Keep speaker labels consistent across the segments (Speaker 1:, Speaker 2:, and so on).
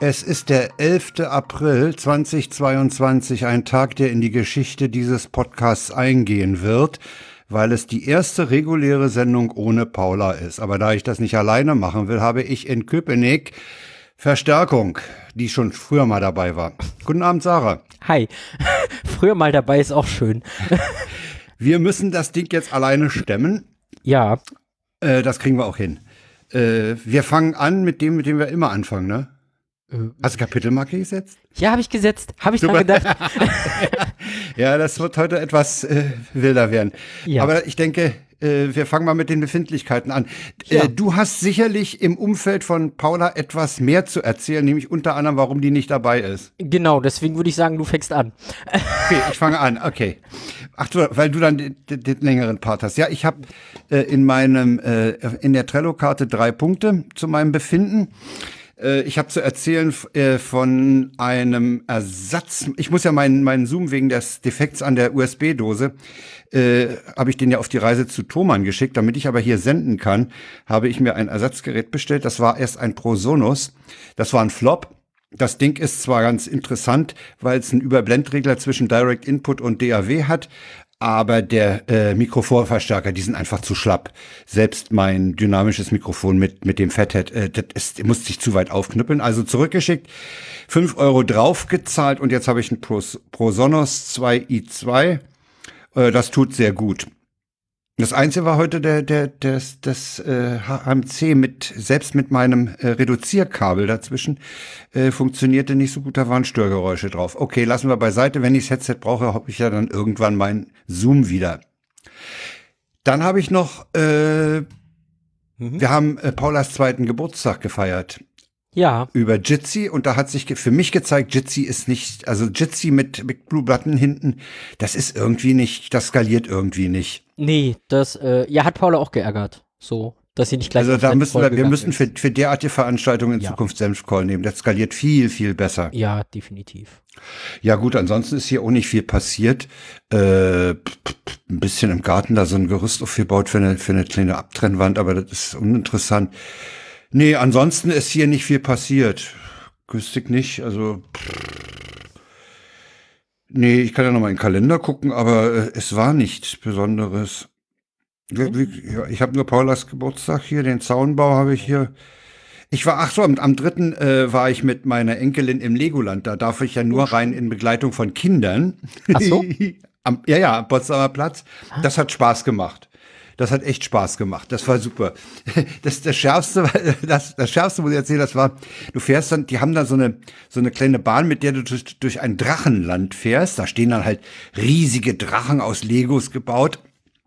Speaker 1: Es ist der 11. April 2022, ein Tag, der in die Geschichte dieses Podcasts eingehen wird, weil es die erste reguläre Sendung ohne Paula ist. Aber da ich das nicht alleine machen will, habe ich in Köpenick Verstärkung, die schon früher mal dabei war. Guten Abend, Sarah.
Speaker 2: Hi. Früher mal dabei ist auch schön.
Speaker 1: Wir müssen das Ding jetzt alleine stemmen.
Speaker 2: Ja,
Speaker 1: Äh, das kriegen wir auch hin. Äh, wir fangen an mit dem, mit dem wir immer anfangen, ne? Hast du Kapitelmarke gesetzt?
Speaker 2: ja, habe ich gesetzt. Habe ich dran gedacht.
Speaker 1: Ja, das wird heute etwas äh, wilder werden.
Speaker 2: Ja.
Speaker 1: Aber ich denke, äh, wir fangen mal mit den Befindlichkeiten an.
Speaker 2: Ja.
Speaker 1: Äh, du hast sicherlich im Umfeld von Paula etwas mehr zu erzählen, nämlich unter anderem, warum die nicht dabei ist.
Speaker 2: Genau, deswegen würde ich sagen, du fängst an.
Speaker 1: Okay, ich fange an. Okay. Ach du, weil du dann den, den den längeren Part hast. Ja, ich habe äh, in meinem äh, in der Trello-Karte drei Punkte zu meinem Befinden. Äh, ich habe zu erzählen f- äh, von einem Ersatz. Ich muss ja meinen meinen Zoom wegen des Defekts an der USB-Dose äh, habe ich den ja auf die Reise zu Thomann geschickt. Damit ich aber hier senden kann, habe ich mir ein Ersatzgerät bestellt. Das war erst ein ProSonus. Das war ein Flop. Das Ding ist zwar ganz interessant, weil es einen Überblendregler zwischen Direct Input und DAW hat, aber der äh, Mikrofonverstärker, die sind einfach zu schlapp. Selbst mein dynamisches Mikrofon mit, mit dem Fathead, äh, das ist, muss sich zu weit aufknüppeln. Also zurückgeschickt, 5 Euro draufgezahlt und jetzt habe ich einen Pros- ProSonos 2i2. Äh, das tut sehr gut. Das Einzige war heute der, der, das, das äh, HMC mit, selbst mit meinem äh, Reduzierkabel dazwischen, äh, funktionierte nicht so gut, da waren Störgeräusche drauf. Okay, lassen wir beiseite. Wenn ich das Headset brauche, habe ich ja dann irgendwann meinen Zoom wieder. Dann habe ich noch, äh, wir haben äh, Paulas zweiten Geburtstag gefeiert
Speaker 2: Ja,
Speaker 1: über Jitsi und da hat sich ge- für mich gezeigt, Jitsi ist nicht, also Jitsi mit, mit Blue Button hinten, das ist irgendwie nicht, das skaliert irgendwie nicht.
Speaker 2: nee, das, äh, ja, hat Paula auch geärgert. So, dass sie nicht gleich
Speaker 1: Also
Speaker 2: auf
Speaker 1: da
Speaker 2: Red
Speaker 1: müssen
Speaker 2: Call
Speaker 1: wir, wir
Speaker 2: gegangen
Speaker 1: müssen
Speaker 2: ist. halt
Speaker 1: für, für derartige Veranstaltungen in
Speaker 2: Ja.
Speaker 1: Zukunft Senfcall nehmen. Das skaliert viel, viel besser.
Speaker 2: Ja, definitiv.
Speaker 1: Ja gut, ansonsten ist hier auch nicht viel passiert. Äh, p- p- p- ein bisschen im Garten da so ein Gerüst aufgebaut für eine, für eine kleine Abtrennwand, aber das ist uninteressant. Nee, ansonsten ist hier nicht viel passiert. Güstig nicht, also... Nee, ich kann ja noch mal in den Kalender gucken, aber äh, es war nichts Besonderes. Wie, wie, ja, ich habe nur Paulas Geburtstag hier, den Zaunbau habe ich hier. Ich war, ach so, am, am dritten äh, war ich mit meiner Enkelin im Legoland. Da darf ich ja nur rein in Begleitung von Kindern.
Speaker 2: Ach so.
Speaker 1: am, ja, ja, am Potsdamer Platz. Das hat Spaß gemacht. Das hat echt Spaß gemacht. Das war super. Das, das Schärfste, war- das, das Schärfste, muss ich erzählen, das war, du fährst dann, die haben da so eine, so eine kleine Bahn, mit der du durch, durch ein Drachenland fährst. Da stehen dann halt riesige Drachen aus Legos gebaut.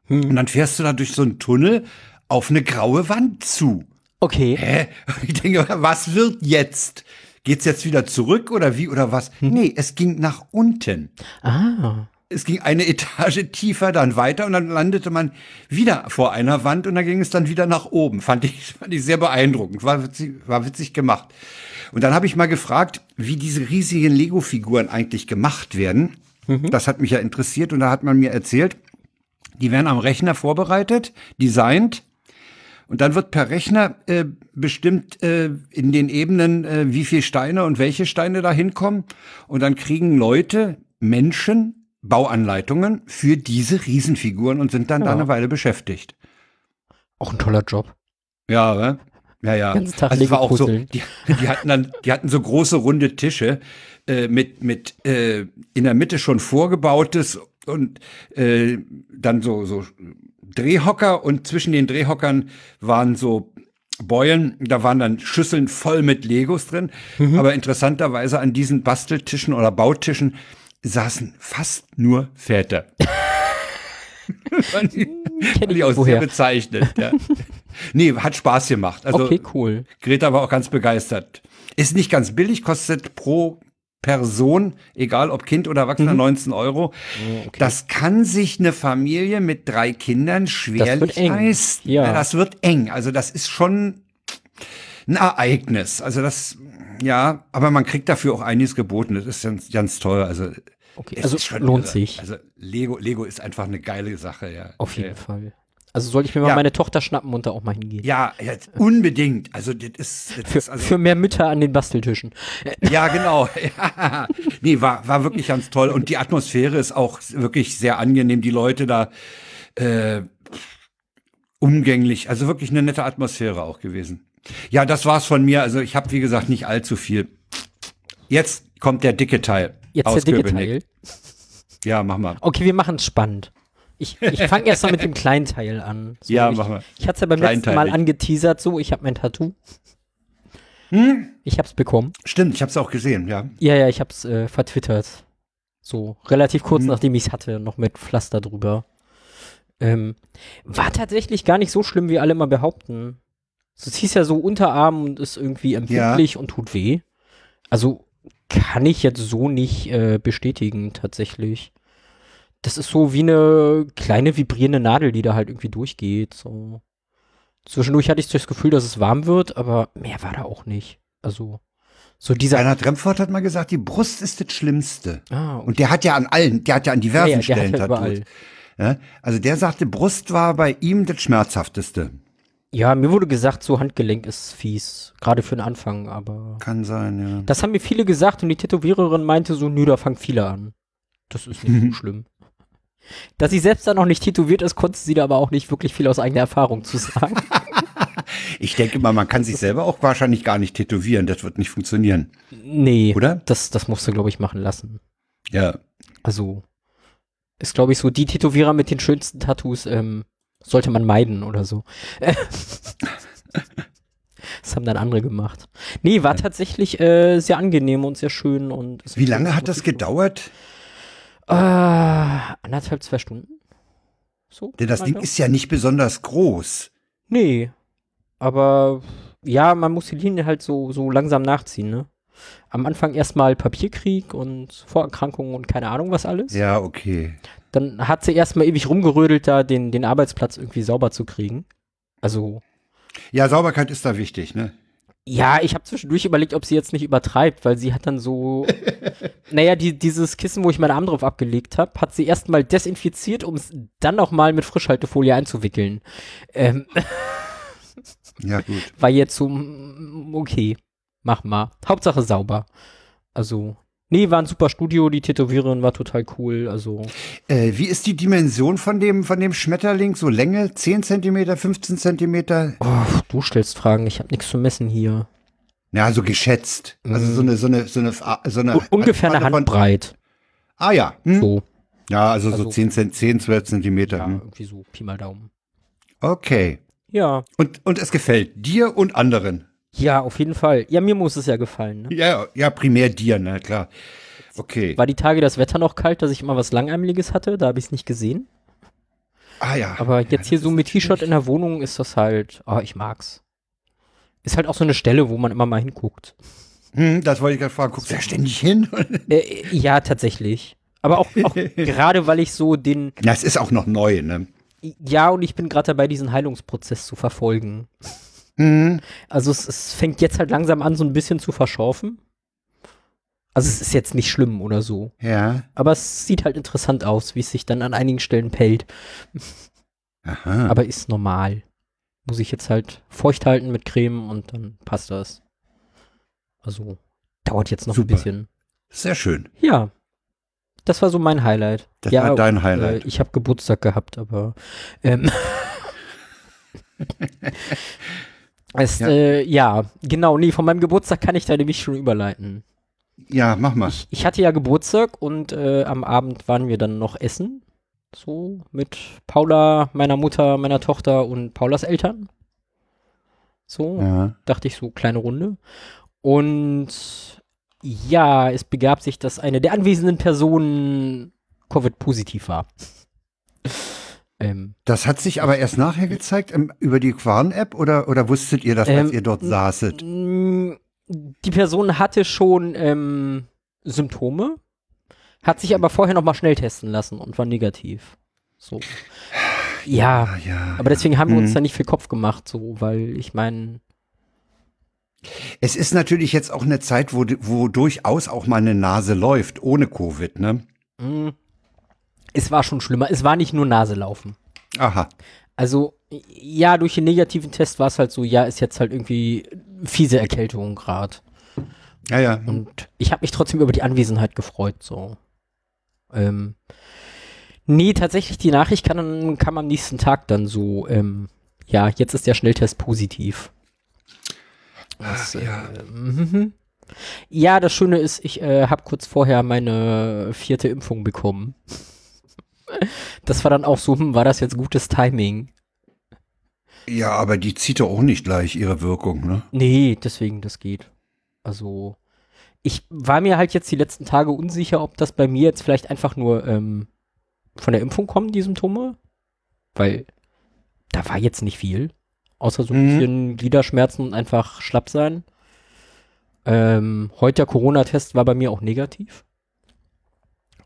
Speaker 1: Und dann fährst du da durch so einen Tunnel auf eine graue Wand zu.
Speaker 2: Okay,
Speaker 1: Hä? Ich denke, was wird jetzt? Geht's jetzt wieder zurück oder wie oder was? Nee, es ging nach unten.
Speaker 2: ah,
Speaker 1: Es ging eine Etage tiefer, dann weiter und dann landete man wieder vor einer Wand und dann ging es dann wieder nach oben. Fand ich, fand ich sehr beeindruckend. War witzig, war witzig gemacht. Und dann habe ich mal gefragt, wie diese riesigen Lego-Figuren eigentlich gemacht werden. Das hat mich ja interessiert und da hat man mir erzählt, die werden am Rechner vorbereitet, designt und dann wird per Rechner äh, bestimmt äh, in den Ebenen, äh, wie viel Steine und welche Steine da hinkommen. Und dann kriegen Leute, Menschen, Bauanleitungen für diese Riesenfiguren und sind dann da
Speaker 2: Ja.
Speaker 1: eine Weile beschäftigt.
Speaker 2: auch ein toller Job.
Speaker 1: Ja, ne? Ja, ja. Also
Speaker 2: Ganzen Tag
Speaker 1: es war auch so,
Speaker 2: Lego-Puzzeln.
Speaker 1: die, die hatten dann, die hatten so große runde Tische äh, mit, mit äh, in der Mitte schon vorgebautes und äh, dann so, so Drehhocker und zwischen den Drehhockern waren so Beulen, da waren dann Schüsseln voll mit Legos drin.
Speaker 2: Mhm.
Speaker 1: Aber interessanterweise an diesen Basteltischen oder Bautischen saßen fast nur Väter. Fand ich-
Speaker 2: Kenn
Speaker 1: Fand
Speaker 2: ich
Speaker 1: ich auch sehr
Speaker 2: woher.
Speaker 1: bezeichnet, ja. nee, hat Spaß gemacht. Also
Speaker 2: Okay, cool.
Speaker 1: Greta war auch ganz begeistert. Ist nicht ganz billig, kostet pro Person, egal ob Kind oder Erwachsener,
Speaker 2: Mhm.
Speaker 1: 19 Euro.
Speaker 2: Oh,
Speaker 1: Das kann sich eine Familie mit drei Kindern schwerlich
Speaker 2: wird eng.
Speaker 1: leisten.
Speaker 2: Ja.
Speaker 1: Das wird eng. Also das ist schon ein Ereignis. Also das, ja, aber man kriegt dafür auch einiges geboten. Das ist ganz, ganz teuer. Also,
Speaker 2: Okay,
Speaker 1: es
Speaker 2: also
Speaker 1: ist
Speaker 2: lohnt
Speaker 1: irre.
Speaker 2: sich.
Speaker 1: Also Lego, Lego ist einfach eine geile Sache, ja.
Speaker 2: Auf jeden
Speaker 1: Ja.
Speaker 2: Fall. Also soll ich mir mal
Speaker 1: Ja.
Speaker 2: meine Tochter schnappen und da auch mal hingehen.
Speaker 1: Ja, jetzt unbedingt. Also das ist, das ist also,
Speaker 2: Für mehr Mütter an den Basteltischen.
Speaker 1: ja genau. Ja. Nee, war war wirklich ganz toll und die Atmosphäre ist auch wirklich sehr angenehm. Die Leute da äh, umgänglich, also wirklich eine nette Atmosphäre auch gewesen. Ja, das war's von mir. Also ich habe wie gesagt nicht allzu viel. Jetzt kommt der dicke Teil.
Speaker 2: Jetzt
Speaker 1: aus
Speaker 2: der dicke
Speaker 1: Köpenick.
Speaker 2: Teil.
Speaker 1: Ja, mach mal.
Speaker 2: Okay, wir machen es spannend. Ich, ich fange erst mal mit dem kleinen Teil an. So,
Speaker 1: Ja,
Speaker 2: ich,
Speaker 1: mach mal.
Speaker 2: Ich hatte es ja beim letzten Mal
Speaker 1: Kleinteilig.
Speaker 2: angeteasert, so, ich habe mein Tattoo.
Speaker 1: Hm?
Speaker 2: Ich hab's bekommen.
Speaker 1: Stimmt, ich habe es auch gesehen. Ja,
Speaker 2: Ja, ja, ich hab's äh, vertwittert. So, relativ kurz nachdem ich's hatte, noch mit Pflaster drüber. Ähm, war tatsächlich gar nicht so schlimm, wie alle immer behaupten. So, es hieß ja so Unterarm und ist irgendwie empfindlich und tut weh. Also kann ich jetzt so nicht äh, bestätigen, tatsächlich. Das ist so wie eine kleine vibrierende Nadel, die da halt irgendwie durchgeht. So. Zwischendurch hatte ich das Gefühl, dass es warm wird, aber mehr war da auch nicht. Also, so dieser.
Speaker 1: Bernhard Remford hat mal gesagt, die Brust ist das Schlimmste.
Speaker 2: Ah,
Speaker 1: Und der hat ja an allen, der hat ja an diversen
Speaker 2: Ja, ja, der hat
Speaker 1: Stellen
Speaker 2: ja
Speaker 1: Tattoos.
Speaker 2: überall.
Speaker 1: Ja, also der sagte, Brust war bei ihm das schmerzhafteste.
Speaker 2: Ja, mir wurde gesagt, so Handgelenk ist fies. Gerade für den Anfang, aber.
Speaker 1: Kann sein, ja.
Speaker 2: Das haben mir viele gesagt und die Tätowiererin meinte so, nö, da fangen viele an. Das ist
Speaker 1: Mhm.
Speaker 2: nicht so schlimm. Dass sie selbst dann noch nicht tätowiert ist, konnte sie da aber auch nicht wirklich viel aus eigener Erfahrung zu sagen.
Speaker 1: Ich denke mal, man kann sich selber auch wahrscheinlich gar nicht tätowieren. Das wird nicht funktionieren,
Speaker 2: nee.
Speaker 1: oder?
Speaker 2: Das, das musste, glaube ich, machen lassen.
Speaker 1: Ja.
Speaker 2: Also. Ist, glaube ich, so, die Tätowierer mit den schönsten Tattoos, ähm, sollte man meiden oder so. das haben dann andere gemacht. Nee, war tatsächlich äh, sehr angenehm und sehr schön und ist-
Speaker 1: Wie lange hat das gedauert?
Speaker 2: Ah, anderthalb, zwei Stunden. So?
Speaker 1: Denn das Ding
Speaker 2: weiter?
Speaker 1: ist ja nicht besonders groß.
Speaker 2: Nee. Aber ja, man muss die Linie halt so, so langsam nachziehen, ne? Am Anfang erstmal Papierkrieg und Vorerkrankungen und keine Ahnung was alles.
Speaker 1: Ja, okay.
Speaker 2: Dann hat sie erstmal ewig rumgerödelt, da den, den Arbeitsplatz irgendwie sauber zu kriegen. Also,
Speaker 1: Ja, Sauberkeit ist da wichtig, ne?
Speaker 2: Ja, ich habe zwischendurch überlegt, ob sie jetzt nicht übertreibt, weil sie hat dann so, naja, die, dieses Kissen, wo ich meinen Arm drauf abgelegt habe, hat sie erstmal desinfiziert, um es dann nochmal mit Frischhaltefolie einzuwickeln. Ähm,
Speaker 1: Ja, gut.
Speaker 2: war jetzt so, mm, okay, mach mal. Hauptsache sauber. Also, nee, war ein super Studio, die Tätowiererin war total cool, also.
Speaker 1: Äh, wie ist die Dimension von dem, von dem Schmetterling? So Länge? 10 Zentimeter, 15 Zentimeter?
Speaker 2: Oh, du stellst Fragen, ich habe nichts zu messen hier.
Speaker 1: Ja, so geschätzt. Also so eine, so eine, so eine, so eine.
Speaker 2: U ungefähr eine
Speaker 1: Von-
Speaker 2: Handbreit,
Speaker 1: Ah, ja. Hm?
Speaker 2: so.
Speaker 1: Ja, also, so
Speaker 2: Also-
Speaker 1: 10, Zent- 10, 12 Zentimeter.
Speaker 2: Ja,
Speaker 1: hm.
Speaker 2: irgendwie so, Pi mal Daumen.
Speaker 1: Okay.
Speaker 2: Ja,
Speaker 1: Und, und es gefällt dir und anderen.
Speaker 2: ja, auf jeden Fall. Ja, mir muss es ja gefallen, ne?
Speaker 1: Ja, ja, primär dir, na klar. Okay.
Speaker 2: War die Tage das Wetter noch kalt, dass ich immer was Langärmeliges hatte? Da habe ich es nicht gesehen.
Speaker 1: Ah ja.
Speaker 2: Aber jetzt hier so mit T-Shirt in der Wohnung ist das halt, ah, ich mag's. Ist halt auch so eine Stelle, wo man immer mal hinguckt.
Speaker 1: Hm, das wollte ich gerade fragen. Guckst du da ständig hin?
Speaker 2: Äh, ja, tatsächlich. Aber auch, auch gerade, weil ich so den,
Speaker 1: Na, es ist auch noch neu, ne?
Speaker 2: ja, und ich bin gerade dabei, diesen Heilungsprozess zu verfolgen.
Speaker 1: Hm.
Speaker 2: Also es, es fängt jetzt halt langsam an, so ein bisschen zu verschorfen. Also es ist jetzt nicht schlimm oder so.
Speaker 1: Ja.
Speaker 2: Aber es sieht halt interessant aus, wie es sich dann an einigen Stellen pellt.
Speaker 1: Aha.
Speaker 2: aber ist normal. Muss ich jetzt halt feucht halten mit Creme und dann passt das. Also dauert jetzt noch
Speaker 1: Super.
Speaker 2: ein bisschen.
Speaker 1: Sehr schön.
Speaker 2: Ja. Das war so mein Highlight.
Speaker 1: Das
Speaker 2: ja,
Speaker 1: war dein
Speaker 2: äh,
Speaker 1: Highlight.
Speaker 2: ich habe Geburtstag gehabt, aber ähm, es,
Speaker 1: Ja.
Speaker 2: ja. Äh, ja, genau, nee, von meinem Geburtstag kann ich da nämlich schon überleiten.
Speaker 1: ja, mach mal.
Speaker 2: Ich, ich hatte ja Geburtstag und äh, am Abend waren wir dann noch essen. So mit Paula, meiner Mutter, meiner Tochter und Paulas Eltern. So
Speaker 1: Ja.
Speaker 2: dachte ich so, kleine Runde. Und ja, es begab sich, dass eine der anwesenden Personen Covid-positiv war. ähm,
Speaker 1: Das hat sich aber erst nachher gezeigt ähm, über die Quarn-App oder, oder wusstet ihr das, als
Speaker 2: Ähm,
Speaker 1: ihr dort saßet?
Speaker 2: Mm, Die Person hatte schon ähm, Symptome, hat sich aber vorher noch mal schnell testen lassen und war negativ. So. Ja,
Speaker 1: Ah, ja.
Speaker 2: aber deswegen haben wir uns
Speaker 1: Mhm.
Speaker 2: da nicht viel Kopf gemacht, so, weil ich meine,
Speaker 1: Es ist natürlich jetzt auch eine Zeit, wo, wo durchaus auch mal eine Nase läuft, ohne Covid, ne?
Speaker 2: hm, es war schon schlimmer. Es war nicht nur Nase laufen.
Speaker 1: Aha.
Speaker 2: Also, ja, durch den negativen Test war es halt so, ja, ist jetzt halt irgendwie fiese Erkältung gerade.
Speaker 1: Ja, ja.
Speaker 2: Und ich habe mich trotzdem über die Anwesenheit gefreut, so. Ähm, nee, tatsächlich, die Nachricht kann, kam am nächsten Tag dann so, ähm, ja, jetzt ist der Schnelltest positiv. Das,
Speaker 1: Ach, ja.
Speaker 2: äh, mhm. ja, das Schöne ist, ich äh, habe kurz vorher meine vierte Impfung bekommen. Das war dann auch so, hm, war das jetzt gutes Timing?
Speaker 1: Ja, aber die zieht doch auch nicht gleich ihre Wirkung, ne?
Speaker 2: Nee, deswegen, das geht. Also, ich war mir halt jetzt die letzten Tage unsicher, ob das bei mir jetzt vielleicht einfach nur ähm, von der Impfung kommen, die Symptome. Weil da war jetzt nicht viel. Außer so ein
Speaker 1: Mhm.
Speaker 2: bisschen Gliederschmerzen und einfach schlapp sein. Ähm, heute der Corona-Test war bei mir auch negativ.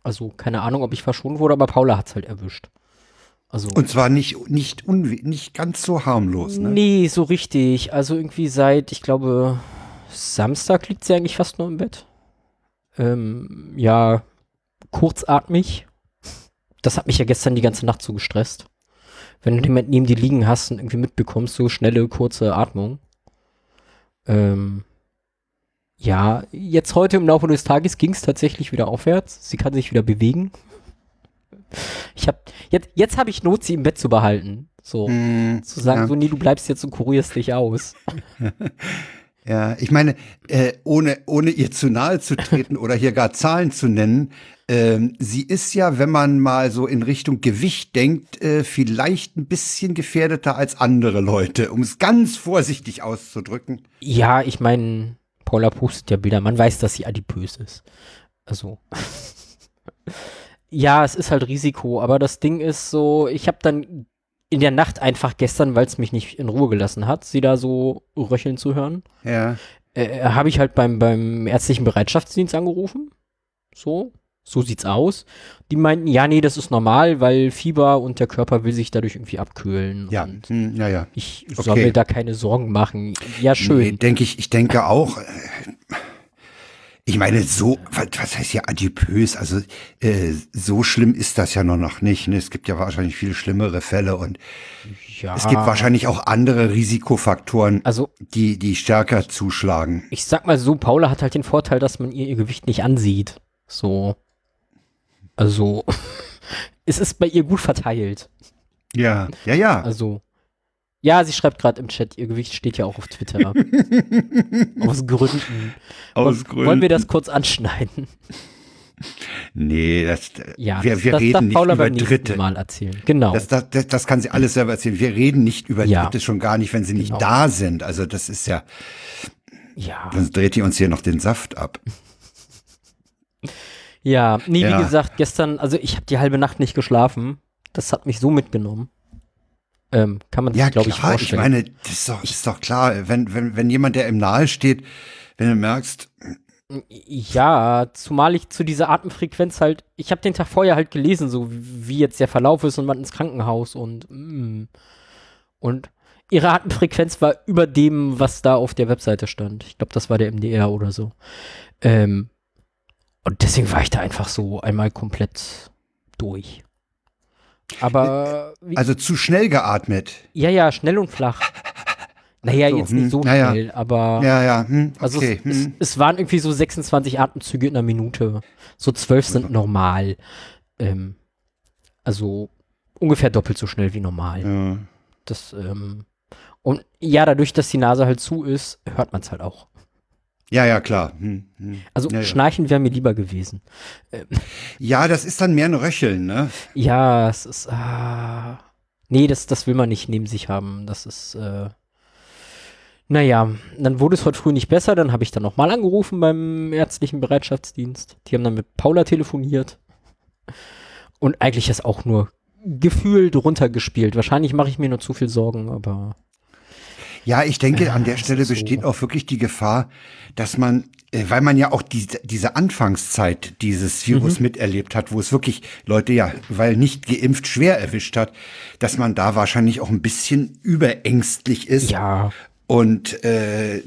Speaker 2: Also, keine Ahnung, ob ich verschont wurde, aber Paula hat's halt erwischt. Also,
Speaker 1: Und zwar nicht, nicht, unwe- nicht ganz so harmlos, ne?
Speaker 2: Nee, so richtig. Also irgendwie seit, ich glaube, Samstag liegt sie eigentlich fast nur im Bett. Ähm, ja, kurzatmig. Das hat mich ja gestern die ganze Nacht so gestresst. Wenn du jemanden neben dir liegen hast und irgendwie mitbekommst, so schnelle, kurze Atmung. Ähm, ja, jetzt heute im Laufe des Tages ging es tatsächlich wieder aufwärts. Sie kann sich wieder bewegen. Ich hab, jetzt, jetzt habe ich Not, sie im Bett zu behalten. So
Speaker 1: Hm,
Speaker 2: zu sagen,
Speaker 1: ja.
Speaker 2: so, nee, du bleibst jetzt und kurierst dich aus.
Speaker 1: Ja, ich meine, äh, ohne, ohne ihr zu nahe zu treten oder hier gar Zahlen zu nennen, ähm, sie ist ja, wenn man mal so in Richtung Gewicht denkt, äh, vielleicht ein bisschen gefährdeter als andere Leute, um es ganz vorsichtig auszudrücken.
Speaker 2: Ja, ich meine, Paula postet ja Bilder, man weiß, dass sie adipös ist. Also. ja, es ist halt Risiko, aber das Ding ist so, ich habe dann in der Nacht einfach gestern, weil es mich nicht in Ruhe gelassen hat, sie da so röcheln zu hören,
Speaker 1: Ja.
Speaker 2: äh, habe ich halt beim, beim ärztlichen Bereitschaftsdienst angerufen. So, so sieht's aus. Die meinten, ja, nee, das ist normal, weil Fieber und der Körper will sich dadurch irgendwie abkühlen.
Speaker 1: Ja,
Speaker 2: Und
Speaker 1: hm, ja, ja.
Speaker 2: Ich
Speaker 1: Okay.
Speaker 2: soll mir da keine Sorgen machen. Ja,
Speaker 1: Nee,
Speaker 2: schön.
Speaker 1: denke ich, ich denke auch. äh, Ich meine, so, was, was heißt hier adipös? Also, äh, so schlimm ist das ja noch- noch nicht. Ne? Es gibt ja wahrscheinlich viel schlimmere Fälle und
Speaker 2: ja.
Speaker 1: es gibt wahrscheinlich auch andere Risikofaktoren,
Speaker 2: Also,
Speaker 1: die, die stärker zuschlagen.
Speaker 2: ich sag mal so, Paula hat halt den Vorteil, dass man ihr ihr Gewicht nicht ansieht. So. Also, es ist bei ihr gut verteilt.
Speaker 1: Ja, ja, ja.
Speaker 2: Also, ja, sie schreibt gerade im Chat, ihr Gewicht steht ja auch auf Twitter. Aus Gründen.
Speaker 1: Aus
Speaker 2: Wollen- Wollen wir das kurz anschneiden?
Speaker 1: Nee, das, äh,
Speaker 2: Ja,
Speaker 1: wir, wir
Speaker 2: das darf
Speaker 1: reden nicht
Speaker 2: Paula
Speaker 1: über
Speaker 2: beim nächsten
Speaker 1: Dritte.
Speaker 2: Mal erzählen. Genau.
Speaker 1: Das, das, das, das kann sie alles selber erzählen. Wir reden nicht über
Speaker 2: Ja.
Speaker 1: Dritte schon gar nicht, wenn sie nicht
Speaker 2: Genau.
Speaker 1: da sind. Also, das ist ja,
Speaker 2: ja.
Speaker 1: sonst dreht die uns hier noch den Saft ab.
Speaker 2: Ja, nee,
Speaker 1: Ja.
Speaker 2: wie gesagt, gestern, also ich habe die halbe Nacht nicht geschlafen. Das hat mich so mitgenommen. Ähm, kann man sich,
Speaker 1: Ja,
Speaker 2: glaube ich,
Speaker 1: klar, ich,
Speaker 2: vorstellen.
Speaker 1: meine, das ist doch, ist doch klar, wenn, wenn, wenn jemand, der ihm nahe steht, wenn du merkst,
Speaker 2: ja, zumal ich zu dieser Atemfrequenz halt, ich habe den Tag vorher halt gelesen, so wie jetzt der Verlauf ist und man ins Krankenhaus und mm. und ihre Atemfrequenz war über dem, was da auf der Webseite stand. Ich glaube, das war der MDR oder so. Ähm, und deswegen war ich da einfach so einmal komplett durch. Aber wie
Speaker 1: also zu schnell geatmet.
Speaker 2: Ja, ja, schnell und flach. Naja,
Speaker 1: So,
Speaker 2: jetzt
Speaker 1: hm,
Speaker 2: nicht so
Speaker 1: na ja.
Speaker 2: schnell, aber
Speaker 1: Ja, ja, hm,
Speaker 2: also
Speaker 1: okay.
Speaker 2: es,
Speaker 1: hm.
Speaker 2: es, es waren irgendwie so 26 Atemzüge in einer Minute. So 12 sind normal. Ähm, also ungefähr doppelt so schnell wie normal.
Speaker 1: Ja.
Speaker 2: Das, ähm, und ja, dadurch, dass die Nase halt zu ist, hört man es halt auch.
Speaker 1: ja, ja, klar. Hm, hm.
Speaker 2: Also
Speaker 1: ja, ja.
Speaker 2: schnarchen wäre mir lieber gewesen.
Speaker 1: ja, das ist dann mehr ein Röcheln, ne?
Speaker 2: Ja, es ist. Ah, nee, das, das will man nicht neben sich haben. Das ist. Äh, naja, dann wurde es heute früh nicht besser. Dann habe ich dann nochmal angerufen beim ärztlichen Bereitschaftsdienst. Die haben dann mit Paula telefoniert. Und eigentlich ist auch nur gefühlt runtergespielt. Wahrscheinlich mache ich mir nur zu viel Sorgen, aber.
Speaker 1: Ja, ich denke, an der
Speaker 2: das
Speaker 1: Stelle
Speaker 2: ist so.
Speaker 1: besteht auch wirklich die Gefahr, dass man, äh, weil man ja auch die, diese Anfangszeit dieses
Speaker 2: Mhm.
Speaker 1: Virus miterlebt hat, wo es wirklich Leute ja, weil nicht geimpft schwer erwischt hat, dass man da wahrscheinlich auch ein bisschen überängstlich ist.
Speaker 2: Ja.
Speaker 1: Und äh,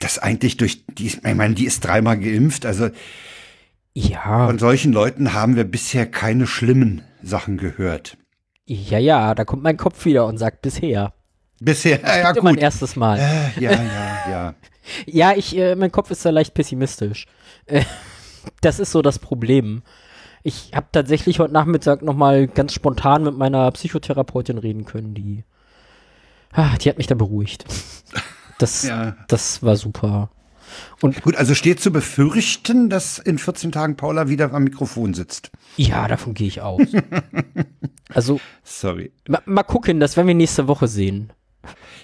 Speaker 1: das eigentlich durch, die, ist- ich meine, die ist dreimal geimpft. Also
Speaker 2: Ja.
Speaker 1: von solchen Leuten haben wir bisher keine schlimmen Sachen gehört.
Speaker 2: Ja, ja, da kommt mein Kopf wieder und sagt bisher.
Speaker 1: Bisher, ja, ja
Speaker 2: Bitte mein
Speaker 1: gut.
Speaker 2: erstes Mal.
Speaker 1: Äh, ja, ja, ja.
Speaker 2: Ja, ich, äh, mein Kopf ist da leicht pessimistisch. Äh, das ist so das Problem. Ich habe tatsächlich heute Nachmittag nochmal ganz spontan mit meiner Psychotherapeutin reden können, die, ah, die hat mich da beruhigt. Das,
Speaker 1: Ja.
Speaker 2: das war super.
Speaker 1: Gut, also steht zu befürchten, dass in 14 Tagen Paula wieder am Mikrofon sitzt.
Speaker 2: Ja, davon gehe ich aus. also,
Speaker 1: Sorry.
Speaker 2: ma, mal gucken, das werden wir nächste Woche sehen.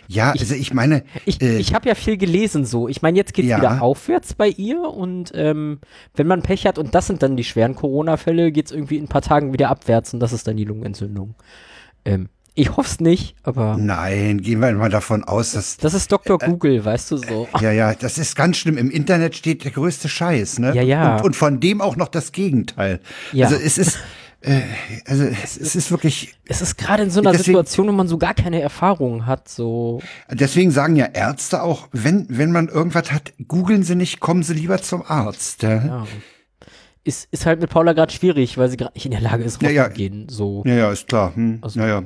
Speaker 1: Ja, also ich meine,
Speaker 2: Ich,
Speaker 1: äh,
Speaker 2: ich habe ja viel gelesen so. Ich meine, jetzt geht's
Speaker 1: Ja.
Speaker 2: wieder aufwärts bei ihr und ähm, wenn man Pech hat und das sind dann die schweren Corona-Fälle, geht's irgendwie in ein paar Tagen wieder abwärts und das ist dann die Lungenentzündung. Ähm, ich hoff's nicht,
Speaker 1: Hm.
Speaker 2: aber
Speaker 1: nein, gehen wir mal davon aus, dass
Speaker 2: das ist Dr. Google, weißt du so.
Speaker 1: ja, ja, das ist ganz schlimm. Im Internet steht der größte Scheiß, ne?
Speaker 2: Ja, ja.
Speaker 1: Und, und von dem auch noch das Gegenteil.
Speaker 2: Ja.
Speaker 1: Also es ist, äh, also es, es ist wirklich.
Speaker 2: Es ist gerade in so einer
Speaker 1: Deswegen-
Speaker 2: Situation, wo man so gar keine Erfahrung hat, so.
Speaker 1: Deswegen sagen ja Ärzte auch, wenn wenn man irgendwas hat, googeln Sie nicht, kommen Sie lieber zum Arzt. Ja, ja,
Speaker 2: Ja. Ist, ist halt mit Paula gerade schwierig, weil sie gerade nicht in der Lage ist,
Speaker 1: Ja, ja.
Speaker 2: rauszugehen, so.
Speaker 1: ja, ist klar. Hm.
Speaker 2: Also-
Speaker 1: ja, ja.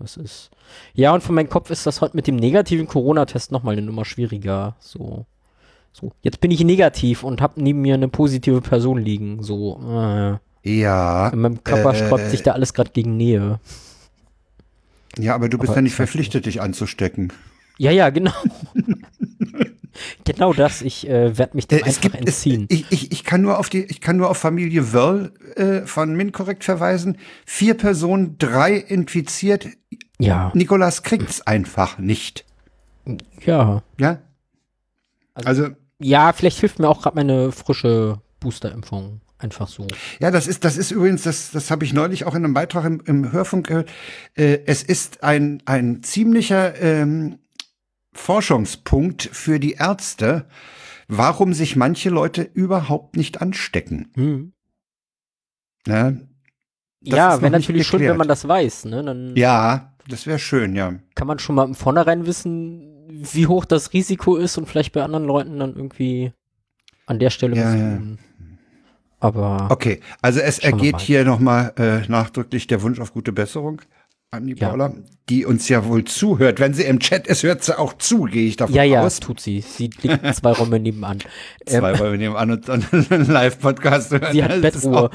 Speaker 2: Das ist. Ja, und für meinen Kopf ist das heute mit dem negativen Corona-Test nochmal eine Nummer schwieriger. So. So. Jetzt bin ich negativ und habe neben mir eine positive Person liegen. So. Äh.
Speaker 1: Ja.
Speaker 2: In meinem Körper
Speaker 1: Äh,
Speaker 2: sträubt sich da alles gerade gegen Nähe.
Speaker 1: Ja, aber du bist
Speaker 2: Aber
Speaker 1: ja nicht
Speaker 2: ich weiß
Speaker 1: verpflichtet, dich anzustecken.
Speaker 2: Ja, ja, genau. genau das. Ich äh, werde mich dem
Speaker 1: Äh,
Speaker 2: einfach entziehen.
Speaker 1: ich, ich, ich kann nur auf die, ich kann nur auf Familie Wörl äh, von MinCorrect verweisen. Vier Personen, drei infiziert.
Speaker 2: ja,
Speaker 1: Nikolas kriegt's einfach nicht.
Speaker 2: ja.
Speaker 1: Ja.
Speaker 2: Also-
Speaker 1: Also
Speaker 2: Ja, vielleicht hilft mir auch gerade meine frische Booster-Impfung. Einfach so.
Speaker 1: Ja, das ist, das ist übrigens, das, das habe ich neulich auch in einem Beitrag im, im Hörfunk gehört. Äh, es ist ein, ein ziemlicher ähm, Forschungspunkt für die Ärzte, warum sich manche Leute überhaupt nicht anstecken.
Speaker 2: Hm.
Speaker 1: Ne? Das ist
Speaker 2: Ja,
Speaker 1: noch
Speaker 2: wäre
Speaker 1: nicht
Speaker 2: natürlich schön, wenn
Speaker 1: geklärt.
Speaker 2: man das weiß, ne? Dann
Speaker 1: Ja, das wäre schön, ja.
Speaker 2: kann man schon mal im Vornherein wissen, wie hoch das Risiko ist und vielleicht bei anderen Leuten dann irgendwie an der Stelle
Speaker 1: Ja,
Speaker 2: was
Speaker 1: ja.
Speaker 2: tun. Aber
Speaker 1: Okay, also es
Speaker 2: Schauen wir
Speaker 1: ergeht
Speaker 2: mal.
Speaker 1: hier nochmal äh, nachdrücklich der Wunsch auf gute Besserung an die
Speaker 2: Ja.
Speaker 1: Paula, die uns ja wohl zuhört. Wenn sie im Chat ist, hört sie auch zu, gehe ich davon
Speaker 2: ja, ja,
Speaker 1: aus.
Speaker 2: das tut sie. Sie liegt zwei Räume nebenan. Ähm,
Speaker 1: Zwei wollen wir nehmen an und dann einen Live-Podcast hören.
Speaker 2: sie hat
Speaker 1: Das ist
Speaker 2: Bettruhe.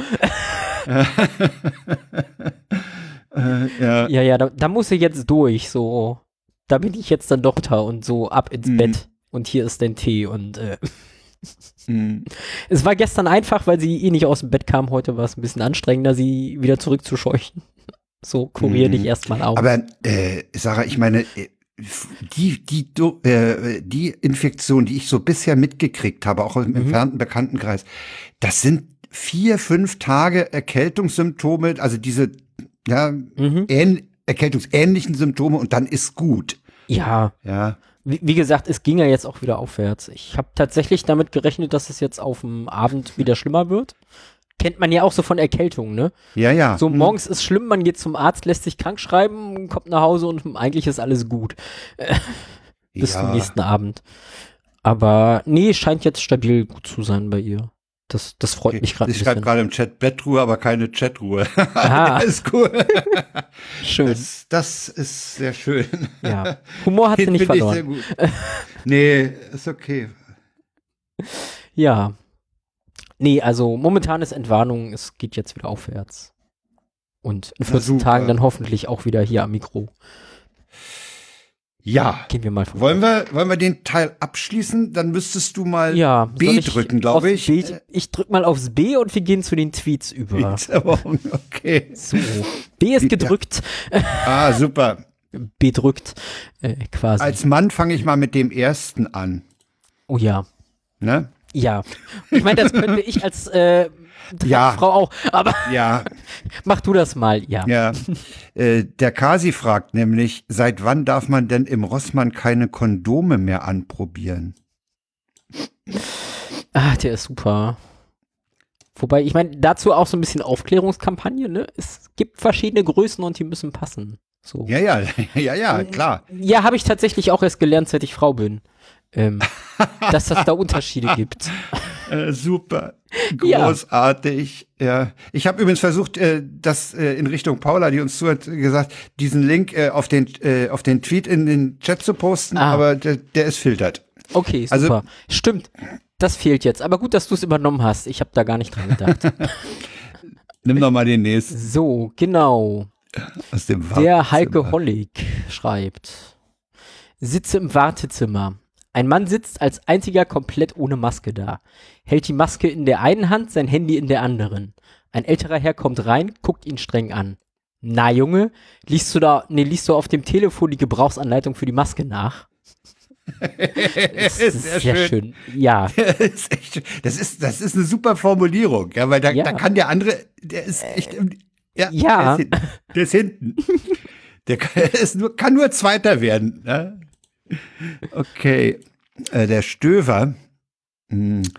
Speaker 1: Ja,
Speaker 2: Ja, ja, da, da muss sie jetzt durch, so. Da bin ich jetzt dann doch da und so ab
Speaker 1: Mhm.
Speaker 2: ins Bett. Und hier ist dein Tee und äh,
Speaker 1: mm.
Speaker 2: es war gestern einfach, weil sie eh nicht aus dem Bett kam. Heute war es ein bisschen anstrengender, sie wieder zurückzuscheuchen. So, kurier
Speaker 1: Mhm.
Speaker 2: dich erstmal auf.
Speaker 1: aber äh, Sarah, ich meine, äh, die, die, Do- äh, die Infektion, die ich so bisher mitgekriegt habe, auch
Speaker 2: Mhm.
Speaker 1: im entfernten Bekanntenkreis, das sind vier, fünf Tage Erkältungssymptome, also diese ja,
Speaker 2: Mhm.
Speaker 1: ähn erkältungsähnlichen Symptome und dann ist gut.
Speaker 2: ja,
Speaker 1: Ja.
Speaker 2: Wie, wie gesagt, es ging ja jetzt auch wieder aufwärts. Ich habe tatsächlich damit gerechnet, dass es jetzt auf dem Abend wieder schlimmer wird. Kennt man ja auch so von Erkältungen, ne?
Speaker 1: Ja, ja. Hm.
Speaker 2: So morgens ist schlimm, man geht zum Arzt, lässt sich krank schreiben, kommt nach Hause und hm, eigentlich ist alles gut. Bis
Speaker 1: ja.
Speaker 2: zum nächsten Abend. Aber nee, scheint jetzt stabil gut zu sein bei ihr. Das, das freut mich gerade ein
Speaker 1: Ich schreibe
Speaker 2: bisschen. Ah.
Speaker 1: gerade im Chat Bettruhe, aber keine Chatruhe.
Speaker 2: Aha.
Speaker 1: Alles cool.
Speaker 2: Schön.
Speaker 1: Das, das ist sehr schön.
Speaker 2: Ja. Humor hat sie
Speaker 1: Den
Speaker 2: nicht
Speaker 1: finde ich
Speaker 2: verloren.
Speaker 1: sehr gut. nee, ist okay.
Speaker 2: Ja. Nee, also momentan ist Entwarnung, es geht jetzt wieder aufwärts. Und in 14
Speaker 1: super.
Speaker 2: Tagen dann hoffentlich auch wieder hier am Mikro.
Speaker 1: Ja.
Speaker 2: Gehen wir mal von
Speaker 1: Wollen wir, wollen wir den Teil abschließen? Dann müsstest du mal
Speaker 2: ja, soll
Speaker 1: B
Speaker 2: ich
Speaker 1: drücken,
Speaker 2: auf
Speaker 1: glaube ich.
Speaker 2: B, ich drück mal aufs B und wir gehen zu den Tweets über.
Speaker 1: Okay.
Speaker 2: So. B ist gedrückt.
Speaker 1: Ah, super.
Speaker 2: B drückt. Äh, quasi.
Speaker 1: Als Mann fange ich mal mit dem ersten an.
Speaker 2: oh ja.
Speaker 1: Ne?
Speaker 2: Ja. Ich meine, das könnte ich als äh,
Speaker 1: Ja.
Speaker 2: Frau auch. Aber
Speaker 1: Ja,
Speaker 2: mach du das mal. Ja.
Speaker 1: ja. Äh, der Kasi fragt nämlich, seit wann darf man denn im Rossmann keine Kondome mehr anprobieren?
Speaker 2: Ah, der ist super. Wobei, ich meine, dazu auch so ein bisschen Aufklärungskampagne, ne? Es gibt verschiedene Größen und die müssen passen. So.
Speaker 1: Ja, ja, ja, ja, klar.
Speaker 2: Ja, habe ich tatsächlich auch erst gelernt, seit ich Frau bin. Ähm, dass das da Unterschiede gibt.
Speaker 1: Äh, super. Großartig. Ja. Ich habe übrigens versucht, äh, das äh, in Richtung Paula, die uns zuhört, gesagt, diesen Link äh, auf, den, äh, auf den Tweet in den Chat zu posten,
Speaker 2: Ah.
Speaker 1: aber der, der ist filtert.
Speaker 2: Okay, super.
Speaker 1: Also-
Speaker 2: Stimmt. Das fehlt jetzt. Aber gut, dass du es übernommen hast. Ich habe da gar nicht dran gedacht.
Speaker 1: Nimm doch mal den nächsten
Speaker 2: so, genau.
Speaker 1: aus dem
Speaker 2: Der
Speaker 1: Wartezimmer.
Speaker 2: Heike Hollig schreibt: Sitze im Wartezimmer. Ein Mann sitzt als einziger komplett ohne Maske da. Hält die Maske in der einen Hand, sein Handy in der anderen. Ein älterer Herr kommt rein, guckt ihn streng an. Na Junge, liest du da, nee, liest du auf dem Telefon die Gebrauchsanleitung für die Maske nach? Das ist
Speaker 1: Sehr
Speaker 2: sehr schön.
Speaker 1: schön.
Speaker 2: Ja,
Speaker 1: Das ist, echt, das, ist, das ist eine super Formulierung, ja, weil da,
Speaker 2: Ja.
Speaker 1: da kann der andere, der ist echt. im- Ja.
Speaker 2: Ja.
Speaker 1: Der ist hinten. Der, ist hinten. der kann, ist nur, kann nur Zweiter werden. Ne? Okay. Äh, der Stöver, mh,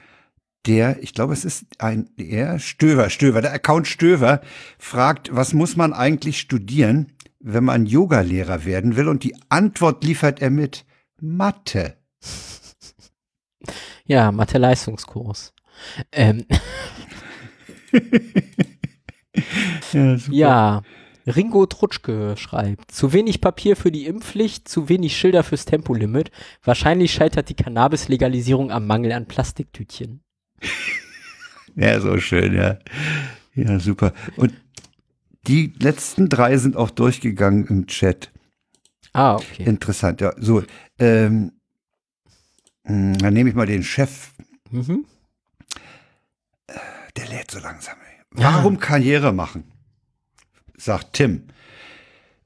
Speaker 1: der, ich glaube, es ist ein, er, Stöver, Stöver, der Account Stöver fragt, was muss man eigentlich studieren, wenn man Yogalehrer werden will? Und die Antwort liefert er mit Mathe.
Speaker 2: ja, Mathe-Leistungskurs. Ähm,
Speaker 1: Ja, super.
Speaker 2: Ja, Ringo Trutschke schreibt, zu wenig Papier für die Impfpflicht, zu wenig Schilder fürs Tempolimit. Wahrscheinlich scheitert die Cannabis-Legalisierung am Mangel an Plastiktütchen.
Speaker 1: Ja, so schön, ja. Ja, super. Und die letzten drei sind auch durchgegangen im Chat.
Speaker 2: Ah, okay.
Speaker 1: Interessant, ja. So, ähm, mh, dann nehme ich mal den Chef.
Speaker 2: Mhm.
Speaker 1: Der lädt so langsam. ey. Warum Karriere machen? Sagt Tim.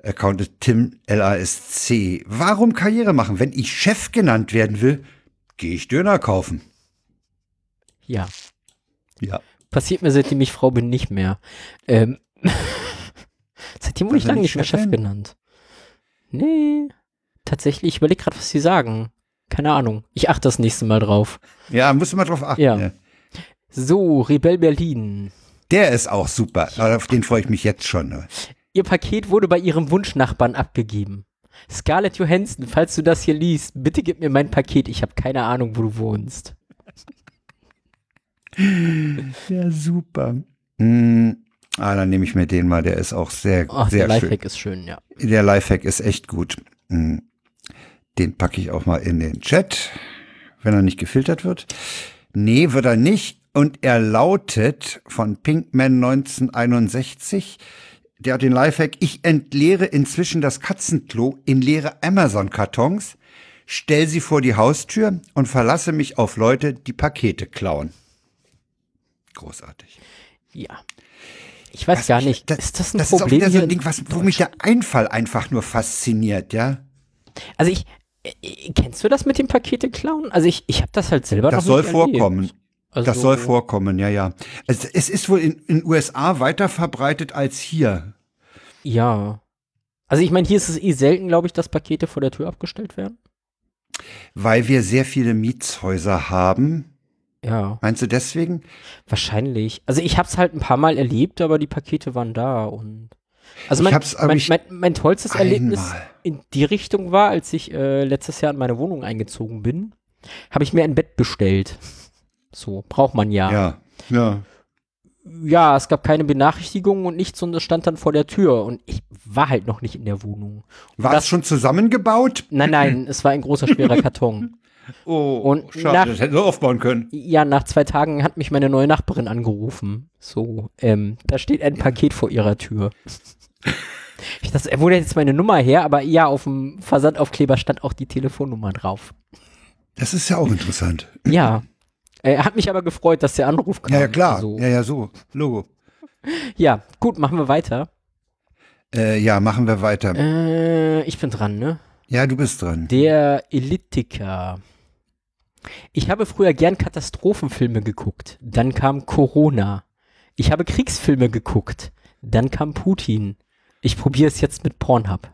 Speaker 1: Account ist Tim LASC. Warum Karriere machen? Wenn ich Chef genannt werden will, gehe ich Döner kaufen.
Speaker 2: Ja,
Speaker 1: Ja.
Speaker 2: passiert mir seitdem ich Frau bin nicht mehr. Ähm, seitdem
Speaker 1: Warst
Speaker 2: wurde ich
Speaker 1: du
Speaker 2: lange nicht
Speaker 1: nicht
Speaker 2: mehr Chef
Speaker 1: Chefin?
Speaker 2: genannt. Nee, tatsächlich, ich überlege gerade, was sie sagen. Keine Ahnung. Ich achte das nächste Mal drauf.
Speaker 1: Ja, musst du mal drauf achten.
Speaker 2: Ja.
Speaker 1: ja.
Speaker 2: So, Rebell Berlin.
Speaker 1: Der ist auch super. Auf den freue ich mich jetzt schon. ne?
Speaker 2: Ihr Paket wurde bei Ihrem Wunschnachbarn abgegeben. Scarlett Johansson, falls du das hier liest, bitte gib mir mein Paket. Ich habe keine Ahnung, wo du wohnst.
Speaker 1: Ja, super. Mm, ah, dann nehme ich mir den mal, der ist auch sehr,
Speaker 2: Ach,
Speaker 1: sehr
Speaker 2: Oh, der Lifehack ist schön, ja.
Speaker 1: schön. Der Lifehack ist echt gut. Mm, den packe ich auch mal in den Chat, wenn er nicht gefiltert wird. Nee, wird er nicht. Und er lautet von Pinkman 1961, der hat den Lifehack, ich entleere inzwischen das Katzenklo in leere Amazon-Kartons, stell sie vor die Haustür und verlasse mich auf Leute, die Pakete klauen. Großartig.
Speaker 2: Ja. Ich weiß gar nicht,
Speaker 1: Das-
Speaker 2: ist das ein
Speaker 1: das
Speaker 2: Problem?
Speaker 1: Ist auch wieder so ein
Speaker 2: hier?
Speaker 1: Ding, was, wo mich der Einfall einfach nur fasziniert, ja?
Speaker 2: also ich, äh, kennst du das mit dem Pakete klauen? Also ich, ich habe das halt selber
Speaker 1: Das
Speaker 2: noch
Speaker 1: soll
Speaker 2: nicht erlebt.
Speaker 1: vorkommen.
Speaker 2: Also,
Speaker 1: das soll vorkommen, ja, ja. Es, es ist wohl in den USA weiter verbreitet als hier.
Speaker 2: Ja. Also ich meine, hier ist es eh selten, glaube ich, dass Pakete vor der Tür abgestellt werden.
Speaker 1: Weil wir sehr viele Mietshäuser haben.
Speaker 2: Ja,
Speaker 1: Meinst du deswegen?
Speaker 2: wahrscheinlich. Also ich habe es halt ein paar Mal erlebt, aber die Pakete waren da und also
Speaker 1: Ich
Speaker 2: mein,
Speaker 1: hab's, aber
Speaker 2: mein,
Speaker 1: ich-
Speaker 2: mein, mein tollstes Erlebnis
Speaker 1: Einmal.
Speaker 2: in die Richtung war, als ich äh, letztes Jahr in meine Wohnung eingezogen bin, habe ich mir ein Bett bestellt. So, braucht man ja. ja.
Speaker 1: Ja. Ja.
Speaker 2: es gab keine Benachrichtigungen und nichts und es stand dann vor der Tür und ich war halt noch nicht in der Wohnung.
Speaker 1: War
Speaker 2: das-
Speaker 1: es schon zusammengebaut?
Speaker 2: Nein, nein, es war ein großer, schwerer Karton.
Speaker 1: Oh,
Speaker 2: Und nach-
Speaker 1: schade, das hätten wir aufbauen können.
Speaker 2: Ja, nach zwei Tagen hat mich meine neue Nachbarin angerufen. So, ähm, da steht ein Paket vor ihrer Tür. Ich dachte, er wurde jetzt meine Nummer her, aber ja, auf dem Versandaufkleber stand auch die Telefonnummer drauf.
Speaker 1: Das ist ja auch interessant.
Speaker 2: Ja. Äh, hat mich aber gefreut, dass der Anruf kam.
Speaker 1: Ja, ja, klar.
Speaker 2: Also,
Speaker 1: Ja, ja, so. Logo.
Speaker 2: ja, gut, machen wir weiter.
Speaker 1: Äh, ja, machen wir weiter.
Speaker 2: Äh, ich bin dran, ne?
Speaker 1: Ja, du bist dran.
Speaker 2: Der Elitiker. Ich habe früher gern Katastrophenfilme geguckt. Dann kam Corona. Ich habe Kriegsfilme geguckt. Dann kam Putin. Ich probiere es jetzt mit Pornhub.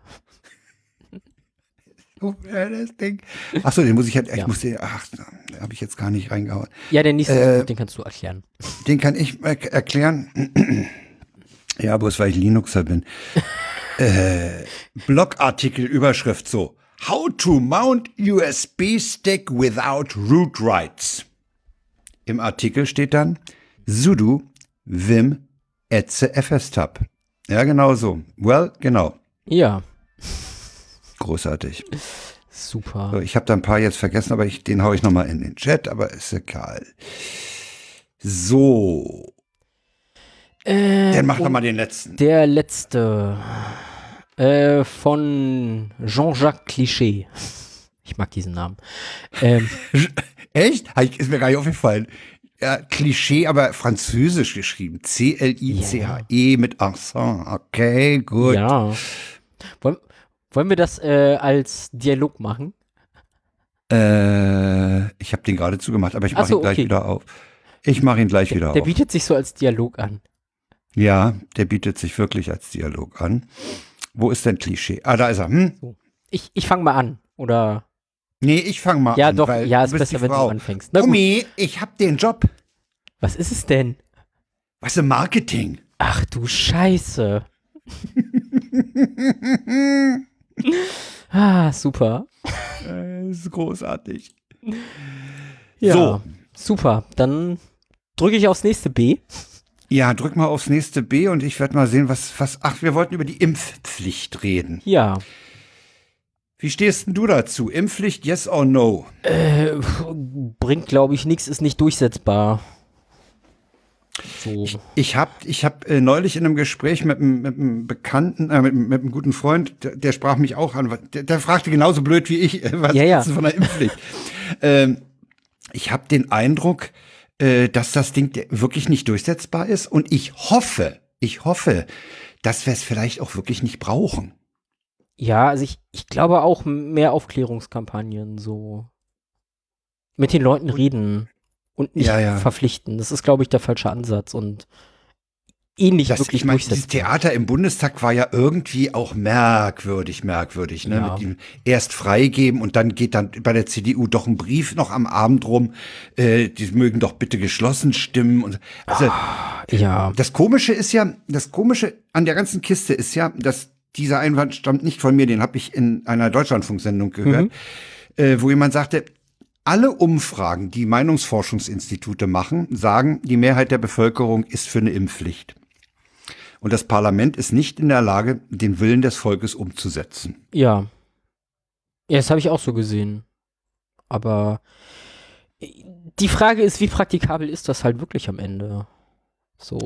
Speaker 1: Oh, ja, das Ding. Ach so, den muss ich halt,
Speaker 2: Ja.
Speaker 1: ich muss den, ach, da habe ich jetzt gar nicht reingehauen.
Speaker 2: Ja, der nächste,
Speaker 1: Äh,
Speaker 2: den kannst du erklären.
Speaker 1: Den kann ich er erklären. ja, bloß weil ich Linuxer bin. äh, Blogartikel, Überschrift so. How to mount USB-Stick without root rights. Im Artikel steht dann sudo vim etze fstab. Ja, genau so. Well, genau.
Speaker 2: Ja,
Speaker 1: Großartig. So,
Speaker 2: super.
Speaker 1: ich habe da ein paar jetzt vergessen, aber ich, den haue ich nochmal in den Chat, aber ist egal. So,
Speaker 2: Äh,
Speaker 1: dann mach
Speaker 2: und-
Speaker 1: doch mal den letzten.
Speaker 2: Der letzte äh, von Jean-Jacques Cliché. Ich mag diesen Namen. Ähm,
Speaker 1: Echt? Hab ich- Ist mir gar nicht aufgefallen. Ja, Klischee, aber französisch geschrieben. C-L-I-C-H-E E mit Accent. Okay, gut.
Speaker 2: ja. Wollen, wollen wir das äh, als Dialog machen?
Speaker 1: Äh, ich habe den gerade zugemacht, aber ich
Speaker 2: Ach
Speaker 1: mache
Speaker 2: so,
Speaker 1: ihn gleich
Speaker 2: okay.
Speaker 1: wieder auf. Ich mache ihn gleich wieder
Speaker 2: Der
Speaker 1: auf.
Speaker 2: bietet sich so als Dialog an.
Speaker 1: Ja, der bietet sich wirklich als Dialog an. Wo ist denn Klischee? Ah, da ist er. Hm?
Speaker 2: Ich, ich fange mal an. Oder.
Speaker 1: Nee, ich fang mal
Speaker 2: Ja,
Speaker 1: an.
Speaker 2: doch.
Speaker 1: Ah, weil
Speaker 2: Ja,
Speaker 1: du
Speaker 2: ist
Speaker 1: bist
Speaker 2: besser,
Speaker 1: die
Speaker 2: wenn du
Speaker 1: Frau.
Speaker 2: anfängst. Na gut.
Speaker 1: Gummi, ich hab den Job.
Speaker 2: Was ist es denn?
Speaker 1: Was im Marketing?
Speaker 2: Ach du Scheiße.
Speaker 1: Hm?
Speaker 2: ah, super.
Speaker 1: Äh, ist großartig.
Speaker 2: Ja.
Speaker 1: So.
Speaker 2: Super. Dann drücke ich aufs nächste B.
Speaker 1: Ja, drück mal aufs nächste B und ich werde mal sehen, was, was. Ach, wir wollten über die Impfpflicht reden.
Speaker 2: Ja.
Speaker 1: Wie stehst denn du dazu? Impfpflicht, yes or no?
Speaker 2: Äh, pf, bringt, glaube ich, nichts, ist nicht durchsetzbar. So.
Speaker 1: Ich habe ich hab, äh, neulich in einem Gespräch mit einem, mit einem Bekannten, äh, mit, einem- mit einem guten Freund, der, der sprach mich auch an, der, der fragte genauso blöd wie ich, äh, was
Speaker 2: Ja, ja.
Speaker 1: hältst du von der Impfpflicht? ähm, ich habe den Eindruck, äh, dass das Ding de- wirklich nicht durchsetzbar ist und ich hoffe, ich hoffe, dass wir es vielleicht auch wirklich nicht brauchen.
Speaker 2: Ja, also ich, ich glaube auch m- mehr Aufklärungskampagnen so. Mit den Leuten reden und nicht
Speaker 1: Ja, ja.
Speaker 2: verpflichten. Das ist, glaube ich, der falsche Ansatz und ähnlich
Speaker 1: Das,
Speaker 2: wirklich
Speaker 1: ich meine, dieses
Speaker 2: durchsetzbar.
Speaker 1: Theater im Bundestag war ja irgendwie auch merkwürdig, merkwürdig. Ne?
Speaker 2: Ja.
Speaker 1: Mit dem erst freigeben und dann geht dann bei der CDU doch ein Brief noch am Abend rum. Äh, die mögen doch bitte geschlossen stimmen. Und, also,
Speaker 2: Ah. Ja,
Speaker 1: das Komische ist ja, das Komische an der ganzen Kiste ist ja, dass dieser Einwand stammt nicht von mir, den habe ich in einer Deutschlandfunksendung gehört, äh, wo jemand sagte, alle Umfragen, die Meinungsforschungsinstitute machen, sagen, die Mehrheit der Bevölkerung ist für eine Impfpflicht. Und das Parlament ist nicht in der Lage, den Willen des Volkes umzusetzen.
Speaker 2: ja. Ja, das habe ich auch so gesehen. Aber die Frage ist, wie praktikabel ist das halt wirklich am Ende? So.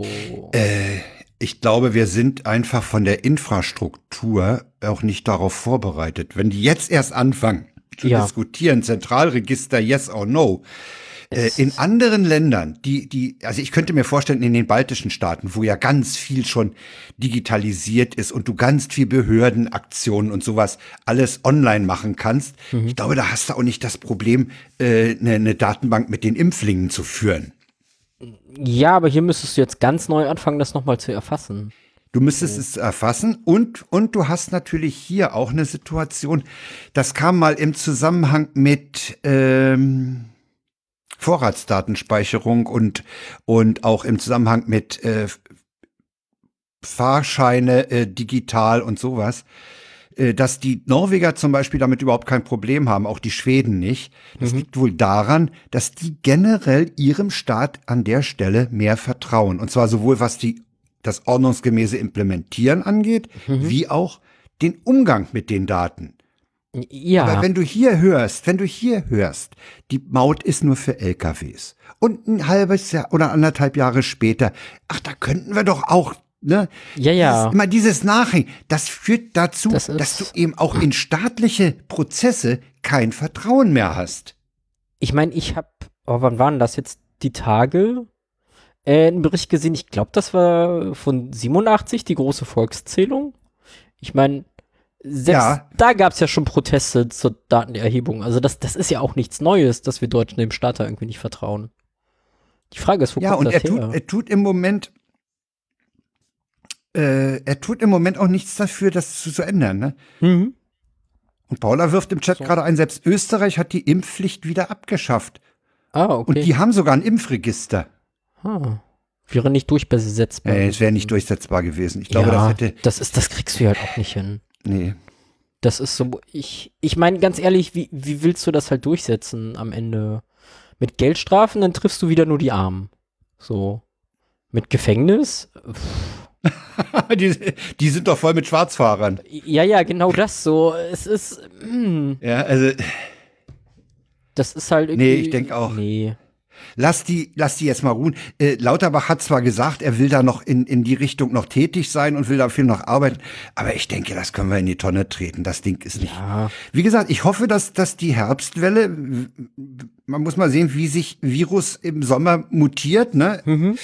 Speaker 1: Äh, ich glaube, wir sind einfach von der Infrastruktur auch nicht darauf vorbereitet. Wenn die jetzt erst anfangen zu
Speaker 2: Ja.
Speaker 1: diskutieren, Zentralregister, yes or no. Äh,
Speaker 2: Es-
Speaker 1: in anderen Ländern, die, die, also ich könnte mir vorstellen, in den baltischen Staaten, wo ja ganz viel schon digitalisiert ist und du ganz viel Behördenaktionen und sowas alles online machen kannst,
Speaker 2: Mhm.
Speaker 1: ich glaube, da hast du auch nicht das Problem, äh, eine, eine Datenbank mit den Impflingen zu führen.
Speaker 2: Ja, aber hier müsstest du jetzt ganz neu anfangen, das nochmal zu erfassen.
Speaker 1: Du müsstest es erfassen und, und du hast natürlich hier auch eine Situation, das kam mal im Zusammenhang mit ähm, Vorratsdatenspeicherung und, und auch im Zusammenhang mit äh, Fahrscheine äh, digital und sowas, äh, dass die Norweger zum Beispiel damit überhaupt kein Problem haben, auch die Schweden nicht. Das liegt wohl daran, dass die generell ihrem Staat an der Stelle mehr vertrauen. Und zwar sowohl was die, das ordnungsgemäße Implementieren angeht,
Speaker 2: Mhm.
Speaker 1: wie auch den Umgang mit den Daten.
Speaker 2: Ja,
Speaker 1: Weil wenn du hier hörst, wenn du hier hörst, die Maut ist nur für LKWs. Und ein halbes Jahr oder anderthalb Jahre später, ach, da könnten wir doch auch, ne?
Speaker 2: Ja, ja.
Speaker 1: Dieses, immer dieses Nachhängen, das führt dazu,
Speaker 2: Das ist-
Speaker 1: dass du eben auch in staatliche Prozesse kein Vertrauen mehr hast.
Speaker 2: ich meine, ich habe, oh, wann waren das jetzt? Die Tage? Äh, einen Bericht gesehen, ich glaube, das war von 87, die große Volkszählung. Ich meine, selbst
Speaker 1: Ja.
Speaker 2: da gab es ja schon Proteste zur Datenerhebung. Also das, das ist ja auch nichts Neues, dass wir Deutschen dem Staat da irgendwie nicht vertrauen. Die Frage ist, wo
Speaker 1: Ja,
Speaker 2: kommt
Speaker 1: und
Speaker 2: das
Speaker 1: er
Speaker 2: her?
Speaker 1: tut, er tut im Moment, äh, er tut im Moment auch nichts dafür, das zu, zu ändern, ne?
Speaker 2: mhm.
Speaker 1: Und Paula wirft im Chat gerade ein, selbst Österreich hat die Impfpflicht wieder abgeschafft.
Speaker 2: Ah,
Speaker 1: Und
Speaker 2: okay.
Speaker 1: die haben sogar ein Impfregister.
Speaker 2: ah. Wäre nicht durchbesetzbar.
Speaker 1: Äh, es wäre nicht durchsetzbar gewesen. Ich glaube, das hätte.
Speaker 2: das ist, das kriegst du ja halt auch nicht hin.
Speaker 1: Nee.
Speaker 2: Das ist so, ich, ich meine ganz ehrlich, wie, wie willst du das halt durchsetzen am Ende? Mit Geldstrafen, dann triffst du wieder nur die Armen. So. Mit Gefängnis? Pff.
Speaker 1: die, die sind doch voll mit Schwarzfahrern.
Speaker 2: Ja, ja, genau das so. Es ist. mm,
Speaker 1: Ja, also
Speaker 2: das ist halt irgendwie.
Speaker 1: Nee, ich denk auch.
Speaker 2: Nee.
Speaker 1: lass die, lass die jetzt mal ruhen. Äh, Lauterbach hat zwar gesagt, er will da noch in, in die Richtung noch tätig sein und will da viel noch arbeiten, aber ich denke, das können wir in die Tonne treten. Das Ding ist nicht.
Speaker 2: Ja.
Speaker 1: Wie gesagt, ich hoffe, dass, dass die Herbstwelle, w- w- man muss mal sehen, wie sich Virus im Sommer mutiert, ne?
Speaker 2: Mhm.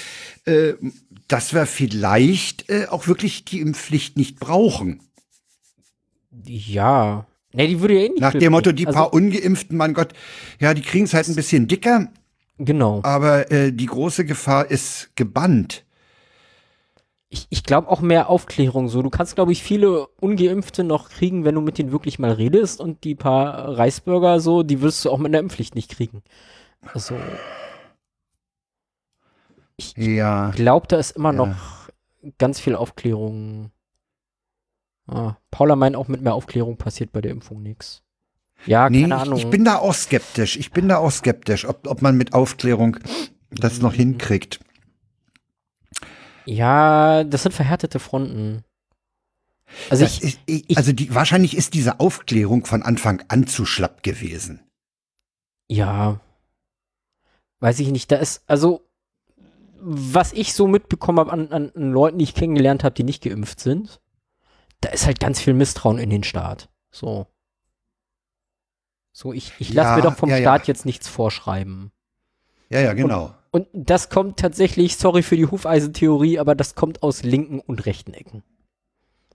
Speaker 1: Äh, dass wir vielleicht äh, auch wirklich die Impfpflicht nicht brauchen.
Speaker 2: Ja. Nee, die würde ja eh nicht.
Speaker 1: Nach dem
Speaker 2: glücklich.
Speaker 1: Motto, die
Speaker 2: also,
Speaker 1: paar Ungeimpften, mein Gott, ja, die kriegen es halt ein bisschen dicker,
Speaker 2: Genau.
Speaker 1: aber äh, die große Gefahr ist gebannt.
Speaker 2: Ich, ich glaube auch mehr Aufklärung so. Du kannst, glaube ich, viele Ungeimpfte noch kriegen, wenn du mit denen wirklich mal redest und die paar Reisbürger so, die wirst du auch mit der Impfpflicht nicht kriegen. Also,
Speaker 1: Ja.
Speaker 2: ich glaube, da ist immer noch ganz viel Aufklärung. Ah, Paula meint auch mit mehr Aufklärung passiert bei der Impfung nichts. Ja,
Speaker 1: Nee,
Speaker 2: keine
Speaker 1: ich,
Speaker 2: Ahnung.
Speaker 1: ich bin da auch skeptisch. Ich bin da auch skeptisch, ob, ob man mit Aufklärung das
Speaker 2: Mhm.
Speaker 1: noch hinkriegt.
Speaker 2: ja, das sind verhärtete Fronten. Also
Speaker 1: Das
Speaker 2: ich,
Speaker 1: ist, ich,
Speaker 2: ich-
Speaker 1: also die, wahrscheinlich ist diese Aufklärung von Anfang an zu schlapp gewesen.
Speaker 2: Ja. Weiß ich nicht. Da ist, also, was ich so mitbekommen habe an, an, an Leuten, die ich kennengelernt habe, die nicht geimpft sind, da ist halt ganz viel Misstrauen in den Staat. So. So, ich, ich lasse
Speaker 1: Ja,
Speaker 2: mir doch vom
Speaker 1: ja, ja.
Speaker 2: Staat jetzt nichts vorschreiben.
Speaker 1: Ja, ja, genau.
Speaker 2: Und das kommt tatsächlich, sorry für die Hufeisentheorie, aber das kommt aus linken und rechten Ecken.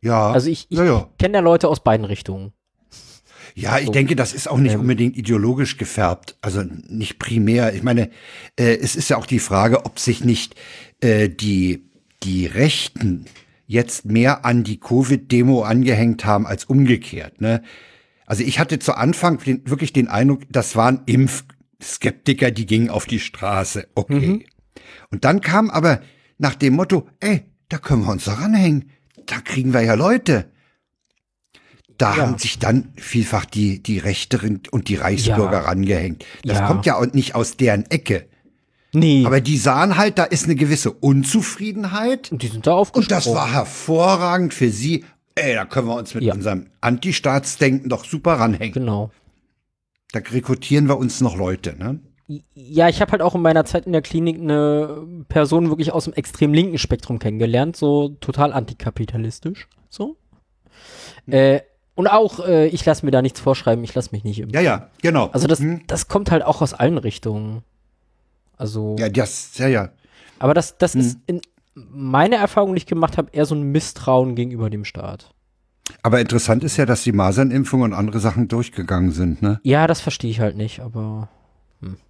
Speaker 1: Ja,
Speaker 2: Also ich, ich
Speaker 1: ja, ja.
Speaker 2: kenne da Leute aus beiden Richtungen.
Speaker 1: Ja, ich
Speaker 2: So.
Speaker 1: denke, das ist auch nicht
Speaker 2: Ähm.
Speaker 1: unbedingt ideologisch gefärbt, also nicht primär. Ich meine, äh, es ist ja auch die Frage, ob sich nicht äh, die, die Rechten jetzt mehr an die Covid-Demo angehängt haben als umgekehrt. Ne? Also ich hatte zu Anfang den, wirklich den Eindruck, das waren Impfskeptiker, die gingen auf die Straße. Okay.
Speaker 2: Mhm.
Speaker 1: Und dann kam aber nach dem Motto, ey, da können wir uns doch ranhängen. Da kriegen wir ja Leute. Da
Speaker 2: Ja.
Speaker 1: haben sich dann vielfach die, die Rechteren und die Reichsbürger
Speaker 2: Ja.
Speaker 1: rangehängt. Das
Speaker 2: Ja.
Speaker 1: kommt ja auch nicht aus deren Ecke.
Speaker 2: Nee.
Speaker 1: Aber die sahen halt, da ist eine gewisse Unzufriedenheit.
Speaker 2: und die sind da
Speaker 1: Und
Speaker 2: aufgesprungen.
Speaker 1: das war hervorragend für sie. Ey, da können wir uns mit
Speaker 2: Oh. Ja.
Speaker 1: unserem Antistaatsdenken doch super ranhängen.
Speaker 2: Genau.
Speaker 1: Da rekrutieren wir uns noch Leute, ne?
Speaker 2: Ja, ich habe halt auch in meiner Zeit in der Klinik eine Person wirklich aus dem extrem linken Spektrum kennengelernt, so total antikapitalistisch, so.
Speaker 1: Hm.
Speaker 2: Äh, und auch, äh, ich lasse mir da nichts vorschreiben, ich lasse mich nicht impfen.
Speaker 1: Ja, ja, genau.
Speaker 2: Also das,
Speaker 1: Hm?
Speaker 2: das kommt halt auch aus allen Richtungen. Also,
Speaker 1: Ja, das, ja, ja.
Speaker 2: aber das, das
Speaker 1: Hm.
Speaker 2: ist in meiner Erfahrung, die ich gemacht habe, eher so ein Misstrauen gegenüber dem Staat.
Speaker 1: Aber interessant ist ja, dass die Masernimpfung und andere Sachen durchgegangen sind. Ne?
Speaker 2: Ja, das verstehe ich halt nicht, aber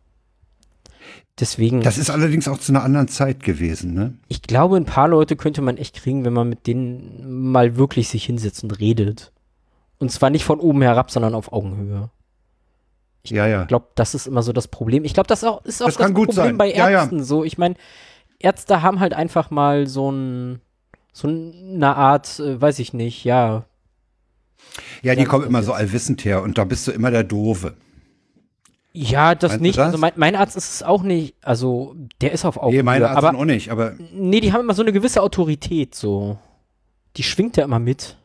Speaker 2: hm. deswegen.
Speaker 1: Das ist allerdings auch zu einer anderen Zeit gewesen. Ne?
Speaker 2: Ich glaube, ein paar Leute könnte man echt kriegen, wenn man mit denen mal wirklich sich hinsetzt und redet. Und zwar nicht von oben herab, sondern auf Augenhöhe.
Speaker 1: Ja, ja.
Speaker 2: Ich glaube, das ist immer so das Problem. Ich glaube, das auch, ist auch
Speaker 1: Das
Speaker 2: das,
Speaker 1: kann gut
Speaker 2: Problem
Speaker 1: sein.
Speaker 2: bei
Speaker 1: Ja, ja.
Speaker 2: Ärzten so. Ich meine, Ärzte haben halt einfach mal so ein so eine Art, äh, weiß ich nicht, ja,
Speaker 1: Ja, die kommen immer so allwissend her und da bist du immer der Doofe.
Speaker 2: ja, das
Speaker 1: Meinst du
Speaker 2: nicht.
Speaker 1: das?
Speaker 2: Also mein, mein Arzt ist es auch nicht. Also der ist auf Augenhöhe.
Speaker 1: Nee, meine Ärzte
Speaker 2: aber
Speaker 1: auch nicht, aber
Speaker 2: nee, die haben immer so eine gewisse Autorität so. Die schwingt ja immer mit.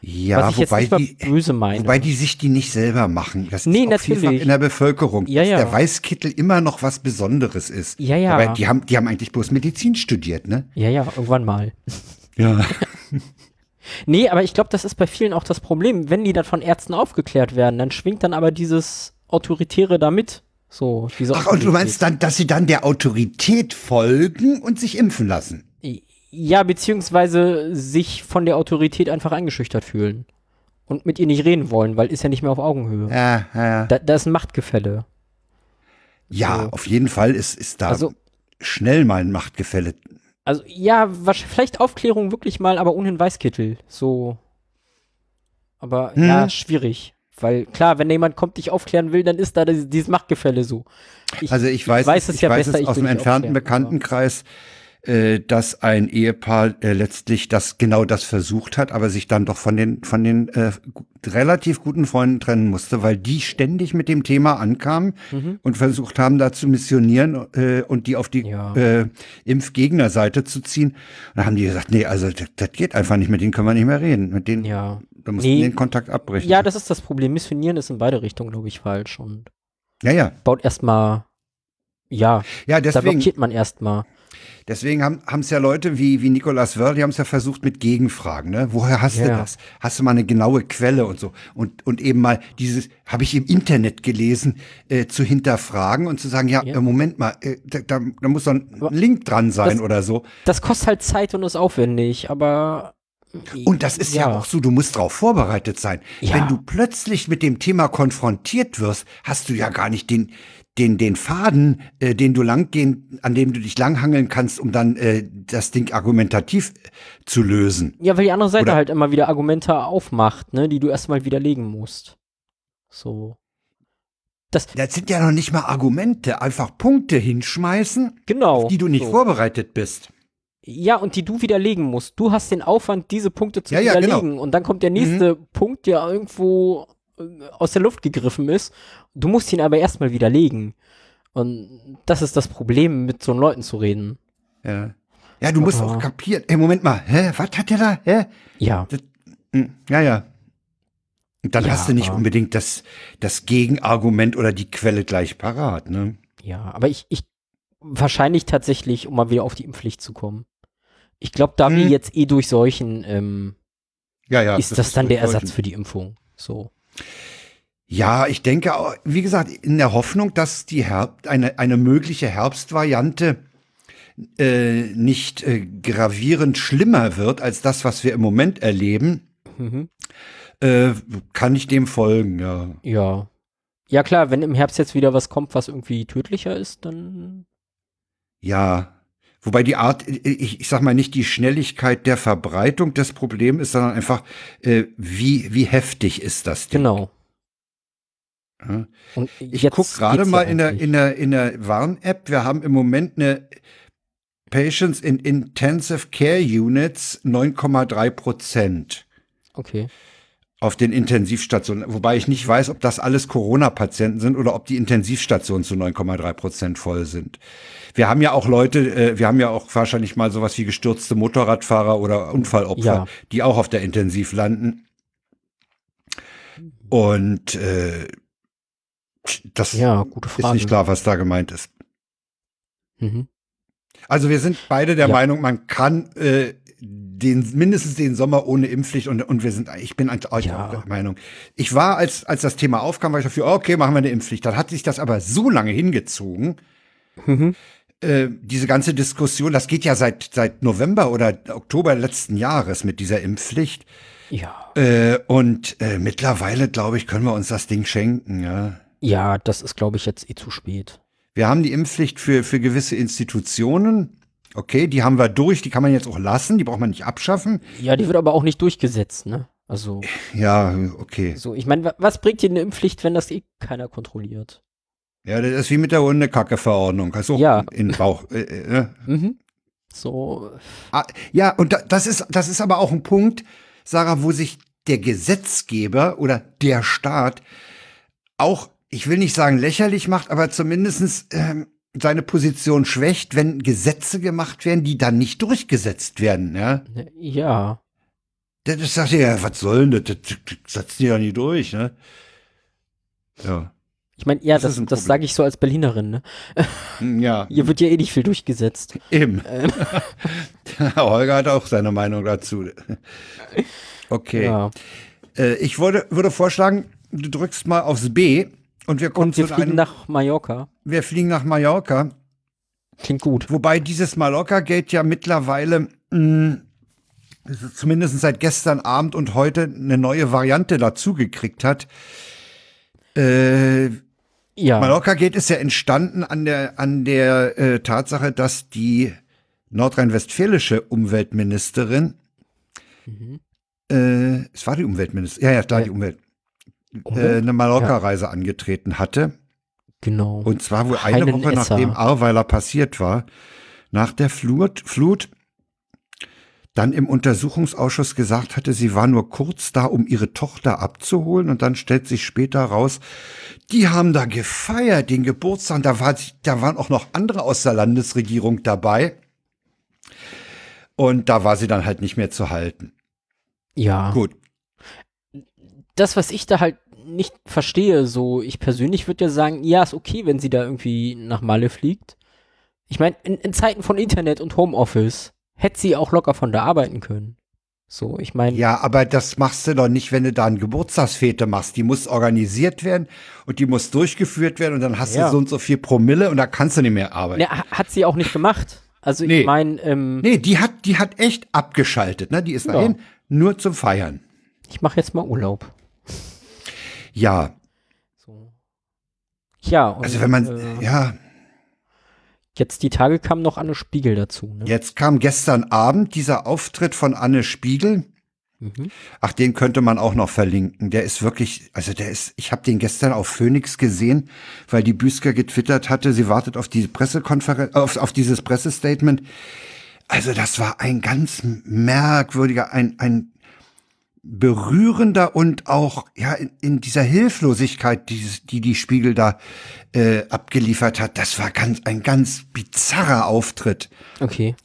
Speaker 1: ja,
Speaker 2: was ich jetzt
Speaker 1: wobei
Speaker 2: nicht mal
Speaker 1: die,
Speaker 2: böse meine.
Speaker 1: wobei die sich die nicht selber machen. Das
Speaker 2: Nee,
Speaker 1: ist auch vielfach
Speaker 2: natürlich.
Speaker 1: in der Bevölkerung,
Speaker 2: Ja,
Speaker 1: dass
Speaker 2: ja.
Speaker 1: der Weißkittel immer noch was Besonderes ist.
Speaker 2: Ja, ja.
Speaker 1: Aber die haben, die haben eigentlich bloß Medizin studiert, ne?
Speaker 2: Ja, ja, irgendwann mal.
Speaker 1: Ja.
Speaker 2: Nee, aber ich glaube, das ist bei vielen auch das Problem. Wenn die dann von Ärzten aufgeklärt werden, dann schwingt dann aber dieses Autoritäre damit. So, diese
Speaker 1: Ach, und du
Speaker 2: Autorität.
Speaker 1: meinst dann, dass sie dann der Autorität folgen und sich impfen lassen?
Speaker 2: Ja, beziehungsweise sich von der Autorität einfach eingeschüchtert fühlen. Und mit ihr nicht reden wollen, weil ist ja nicht mehr auf Augenhöhe.
Speaker 1: Ja, ja, ja.
Speaker 2: Da, da ist ein Machtgefälle.
Speaker 1: Ja, auf jeden Fall ist, ist da
Speaker 2: Also-
Speaker 1: schnell mal ein Machtgefälle.
Speaker 2: Also, ja, wahrsch- vielleicht Aufklärung wirklich mal, aber ohne einen Weißkittel. So. Aber
Speaker 1: Mhm.
Speaker 2: ja, schwierig. Weil klar, wenn da jemand kommt, dich aufklären will, dann ist da dieses, dieses Machtgefälle so.
Speaker 1: Also ich weiß,
Speaker 2: weiß es
Speaker 1: ich
Speaker 2: ja
Speaker 1: weiß
Speaker 2: besser,
Speaker 1: es
Speaker 2: ich
Speaker 1: aus
Speaker 2: will
Speaker 1: dem
Speaker 2: nicht
Speaker 1: entfernten
Speaker 2: aufklären, aber-
Speaker 1: Bekanntenkreis, äh, dass ein Ehepaar äh, letztlich das genau das versucht hat, aber sich dann doch von den von den äh, gu- relativ guten Freunden trennen musste, weil die ständig mit dem Thema ankamen
Speaker 2: Mhm.
Speaker 1: und versucht haben, da zu missionieren äh, und die auf die
Speaker 2: Ja.
Speaker 1: äh, Impfgegnerseite zu ziehen. Und da haben die gesagt, nee, also das, das geht einfach nicht, mit denen können wir nicht mehr reden. Mit denen,
Speaker 2: Ja.
Speaker 1: da mussten
Speaker 2: Nee.
Speaker 1: den Kontakt abbrechen.
Speaker 2: Ja, das ist das Problem. Missionieren ist in beide Richtungen, glaube ich, falsch und
Speaker 1: ja, ja.
Speaker 2: baut erstmal, ja,
Speaker 1: Ja,
Speaker 2: da
Speaker 1: deswegen,
Speaker 2: blockiert man erstmal.
Speaker 1: Deswegen haben es ja Leute wie, wie Nicolas Wörl, die haben es ja versucht mit Gegenfragen. Ne? Woher hast du
Speaker 2: Ja.
Speaker 1: das? Hast du mal eine genaue Quelle und so? Und, und eben mal dieses, habe ich im Internet gelesen, äh, zu hinterfragen und zu sagen, ja,
Speaker 2: Ja.
Speaker 1: Äh, Moment mal, äh, da, da, da muss doch ein Link dran sein
Speaker 2: das-
Speaker 1: oder so.
Speaker 2: Das kostet halt Zeit und ist aufwendig, aber.
Speaker 1: Und das ist ja. auch so, du musst darauf vorbereitet sein.
Speaker 2: Ja.
Speaker 1: Wenn du plötzlich mit dem Thema konfrontiert wirst, hast du ja gar nicht den, den, den Faden, äh, den du langgehen, an dem du dich langhangeln kannst, um dann äh, das Ding argumentativ äh, zu lösen.
Speaker 2: Ja, weil die andere Seite
Speaker 1: Oder-
Speaker 2: halt immer wieder Argumente aufmacht, ne, die du erstmal widerlegen musst. So. Das,
Speaker 1: Das sind ja noch nicht mal Argumente, einfach Punkte hinschmeißen,
Speaker 2: genau.
Speaker 1: auf die du nicht
Speaker 2: so.
Speaker 1: vorbereitet bist.
Speaker 2: Ja, und die du widerlegen musst. Du hast den Aufwand, diese Punkte zu
Speaker 1: Ja, genau. Mhm. ja,
Speaker 2: widerlegen. Und dann kommt der nächste Punkt, der irgendwo äh, aus der Luft gegriffen ist. Du musst ihn aber erstmal widerlegen. Und das ist das Problem, mit so Leuten zu reden.
Speaker 1: Ja, ja du musst auch kapieren. Ey, Moment mal, hä, was hat der da? Hä?
Speaker 2: Ja.
Speaker 1: Hm, Ja, ja. Und dann
Speaker 2: Ja,
Speaker 1: hast du nicht
Speaker 2: aber-
Speaker 1: unbedingt das, das Gegenargument oder die Quelle gleich parat, ne?
Speaker 2: Ja, aber ich, ich wahrscheinlich tatsächlich, um mal wieder auf die Impfpflicht zu kommen. Ich glaube, da wir
Speaker 1: Hm.
Speaker 2: jetzt eh durchseuchen, ähm,
Speaker 1: Ja, ja.
Speaker 2: ist das, dann der Ersatz
Speaker 1: für
Speaker 2: für die Impfung. So.
Speaker 1: Ja, ich denke, auch, wie gesagt, in der Hoffnung, dass die Herb eine, eine mögliche Herbstvariante äh, nicht äh, gravierend schlimmer wird als das, was wir im Moment erleben,
Speaker 2: Mhm.
Speaker 1: äh, kann ich dem folgen, ja.
Speaker 2: Ja. Ja klar, wenn im Herbst jetzt wieder was kommt, was irgendwie tödlicher ist, dann
Speaker 1: Ja. Wobei die Art, ich, ich sag mal nicht die Schnelligkeit der Verbreitung des Problems ist, sondern einfach, äh, wie, wie heftig ist das Ding?
Speaker 2: genau.
Speaker 1: Ja.
Speaker 2: Und
Speaker 1: Ich
Speaker 2: jetzt
Speaker 1: guck gerade
Speaker 2: geht's
Speaker 1: mal
Speaker 2: ja
Speaker 1: in der,
Speaker 2: eigentlich.
Speaker 1: in der, in der Warn-App. Wir haben im Moment eine Patients in Intensive Care Units 9,3 Prozent
Speaker 2: Okay.
Speaker 1: auf den Intensivstationen. Wobei ich nicht weiß, ob das alles Corona-Patienten sind oder ob die Intensivstationen zu 9,3 Prozent voll sind. Wir haben ja auch Leute, äh, wir haben ja auch wahrscheinlich mal sowas wie gestürzte Motorradfahrer oder Unfallopfer,
Speaker 2: Ja.
Speaker 1: die auch auf der Intensiv landen. Und äh, das
Speaker 2: Ja, gute Frage.
Speaker 1: ist nicht klar, was da gemeint ist.
Speaker 2: Mhm.
Speaker 1: Also wir sind beide der
Speaker 2: Ja.
Speaker 1: Meinung, man kann äh, den mindestens den Sommer ohne Impfpflicht und, und wir sind, ich bin eigentlich auch
Speaker 2: Ja.
Speaker 1: der Meinung. Ich war, als, als das Thema aufkam, war ich dafür, okay, machen wir eine Impfpflicht. Dann hat sich das aber so lange hingezogen,
Speaker 2: Mhm.
Speaker 1: äh, diese ganze Diskussion, das geht ja seit, seit November oder Oktober letzten Jahres mit dieser Impfpflicht.
Speaker 2: Ja.
Speaker 1: Äh, und äh, mittlerweile, glaube ich, können wir uns das Ding schenken, ja.
Speaker 2: Ja, das ist, glaube ich, jetzt eh zu spät.
Speaker 1: Wir haben die Impfpflicht für, für gewisse Institutionen. Okay, die haben wir durch, die kann man jetzt auch lassen, die braucht man nicht abschaffen.
Speaker 2: Ja, die wird aber auch nicht durchgesetzt, ne? Also,
Speaker 1: Ja, okay.
Speaker 2: so, ich meine, wa- was bringt dir eine Impfpflicht, wenn das eh keiner kontrolliert?
Speaker 1: Ja, das ist wie mit der Hundekacke-Verordnung. Also
Speaker 2: Ja.
Speaker 1: in den Bauch. Äh, äh. äh.
Speaker 2: Mhm. So,
Speaker 1: Ah, Ja, und da, das, ist, das ist aber auch ein Punkt, Sarah, wo sich der Gesetzgeber oder der Staat auch, ich will nicht sagen lächerlich macht, aber zumindest ähm, seine Position schwächt, wenn Gesetze gemacht werden, die dann nicht durchgesetzt werden. Ja?
Speaker 2: ne, ja.
Speaker 1: Das das sagt ihr ja, was soll denn das? Das das setzen die ja nie durch, ne? Ja.
Speaker 2: Ich meine, ja,
Speaker 1: Das
Speaker 2: das,
Speaker 1: ist ein
Speaker 2: das,
Speaker 1: Problem.
Speaker 2: sage ich so als Berlinerin, ne?
Speaker 1: Hm, Ja,
Speaker 2: Hier wird ja eh nicht viel durchgesetzt.
Speaker 1: eben.
Speaker 2: Ähm,
Speaker 1: Holger hat auch seine Meinung dazu. Okay.
Speaker 2: ja.
Speaker 1: Äh, ich würde, würde vorschlagen, du drückst mal aufs B und wir kommen
Speaker 2: Und wir
Speaker 1: zu
Speaker 2: fliegen
Speaker 1: einem,
Speaker 2: nach Mallorca.
Speaker 1: wir fliegen nach Mallorca.
Speaker 2: Klingt gut.
Speaker 1: Wobei dieses Mallorca-Gate ja mittlerweile, mh, zumindest seit gestern Abend und heute, eine neue Variante dazugekriegt hat. Äh,
Speaker 2: Ja.
Speaker 1: Mallorca geht ist ja entstanden an der an der äh, Tatsache, dass die nordrhein-westfälische Umweltministerin äh, es war die Umweltministerin, ja ja klar
Speaker 2: Mhm. Ja.
Speaker 1: die Umwelt, äh,
Speaker 2: Umwelt?
Speaker 1: eine Mallorca-Reise angetreten hatte
Speaker 2: genau.
Speaker 1: und zwar wohl eine
Speaker 2: Heinen
Speaker 1: Woche
Speaker 2: Esser.
Speaker 1: nachdem Arweiler passiert war nach der Flut, Flut dann im Untersuchungsausschuss gesagt hatte, sie war nur kurz da, um ihre Tochter abzuholen. Und dann stellt sich später raus, die haben da gefeiert, den Geburtstag. Da, war, da waren auch noch andere aus der Landesregierung dabei. Und da war sie dann halt nicht mehr zu halten.
Speaker 2: Ja.
Speaker 1: Gut.
Speaker 2: Das, was ich da halt nicht verstehe, so, ich persönlich würde ja sagen, ja, ist okay, wenn sie da irgendwie nach Malle fliegt. Ich meine, in, in Zeiten von Internet und Homeoffice hätte sie auch locker von da arbeiten können. So, ich meine.
Speaker 1: Ja, aber das machst du doch nicht, wenn du da eine Geburtstagsfete machst. Die muss organisiert werden und die muss durchgeführt werden und dann hast
Speaker 2: Ja.
Speaker 1: du so und so viel Promille und da kannst du nicht mehr arbeiten.
Speaker 2: Ne, ha- hat sie auch nicht gemacht. Also
Speaker 1: Nee.
Speaker 2: ich meine, ähm,
Speaker 1: Nee, die hat, die hat echt abgeschaltet, ne? Die ist dahin nur zum Feiern.
Speaker 2: ich mache jetzt mal Urlaub.
Speaker 1: Ja,
Speaker 2: So. Ja, und
Speaker 1: also wenn man,
Speaker 2: äh,
Speaker 1: ja,
Speaker 2: jetzt die Tage kam noch Anne Spiegel dazu. Ne?
Speaker 1: jetzt kam gestern Abend dieser Auftritt von Anne Spiegel.
Speaker 2: Mhm.
Speaker 1: Ach, den könnte man auch noch verlinken. Der ist wirklich, also der ist, ich habe den gestern auf Phoenix gesehen, weil die Büsker getwittert hatte, sie wartet auf diese Pressekonferenz, auf, auf dieses Pressestatement. Also das war ein ganz merkwürdiger, ein, ein berührender und auch ja in, in dieser Hilflosigkeit, die die, die Spiegel da äh, abgeliefert hat, das war ganz ein ganz bizarrer Auftritt
Speaker 2: Okay.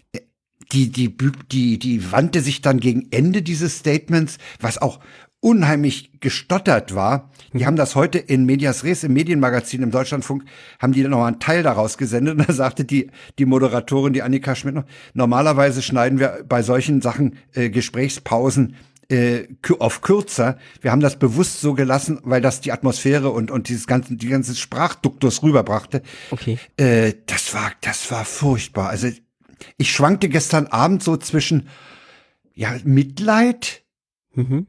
Speaker 1: die, die, bü- die, die wandte sich dann gegen Ende dieses Statements, was auch unheimlich gestottert war. Die haben das heute in Medias Res, im Medienmagazin im Deutschlandfunk, haben die dann nochmal einen Teil daraus gesendet. Und da sagte die, die Moderatorin, die Annika Schmidt, noch, normalerweise schneiden wir bei solchen Sachen äh, Gesprächspausen äh, kü- auf kürzer. Wir haben das bewusst so gelassen, weil das die Atmosphäre und, und dieses ganze, die ganze Sprachduktus rüberbrachte.
Speaker 2: Okay.
Speaker 1: Äh, das war, das war furchtbar. Also ich schwankte gestern Abend so zwischen ja Mitleid
Speaker 2: Mhm.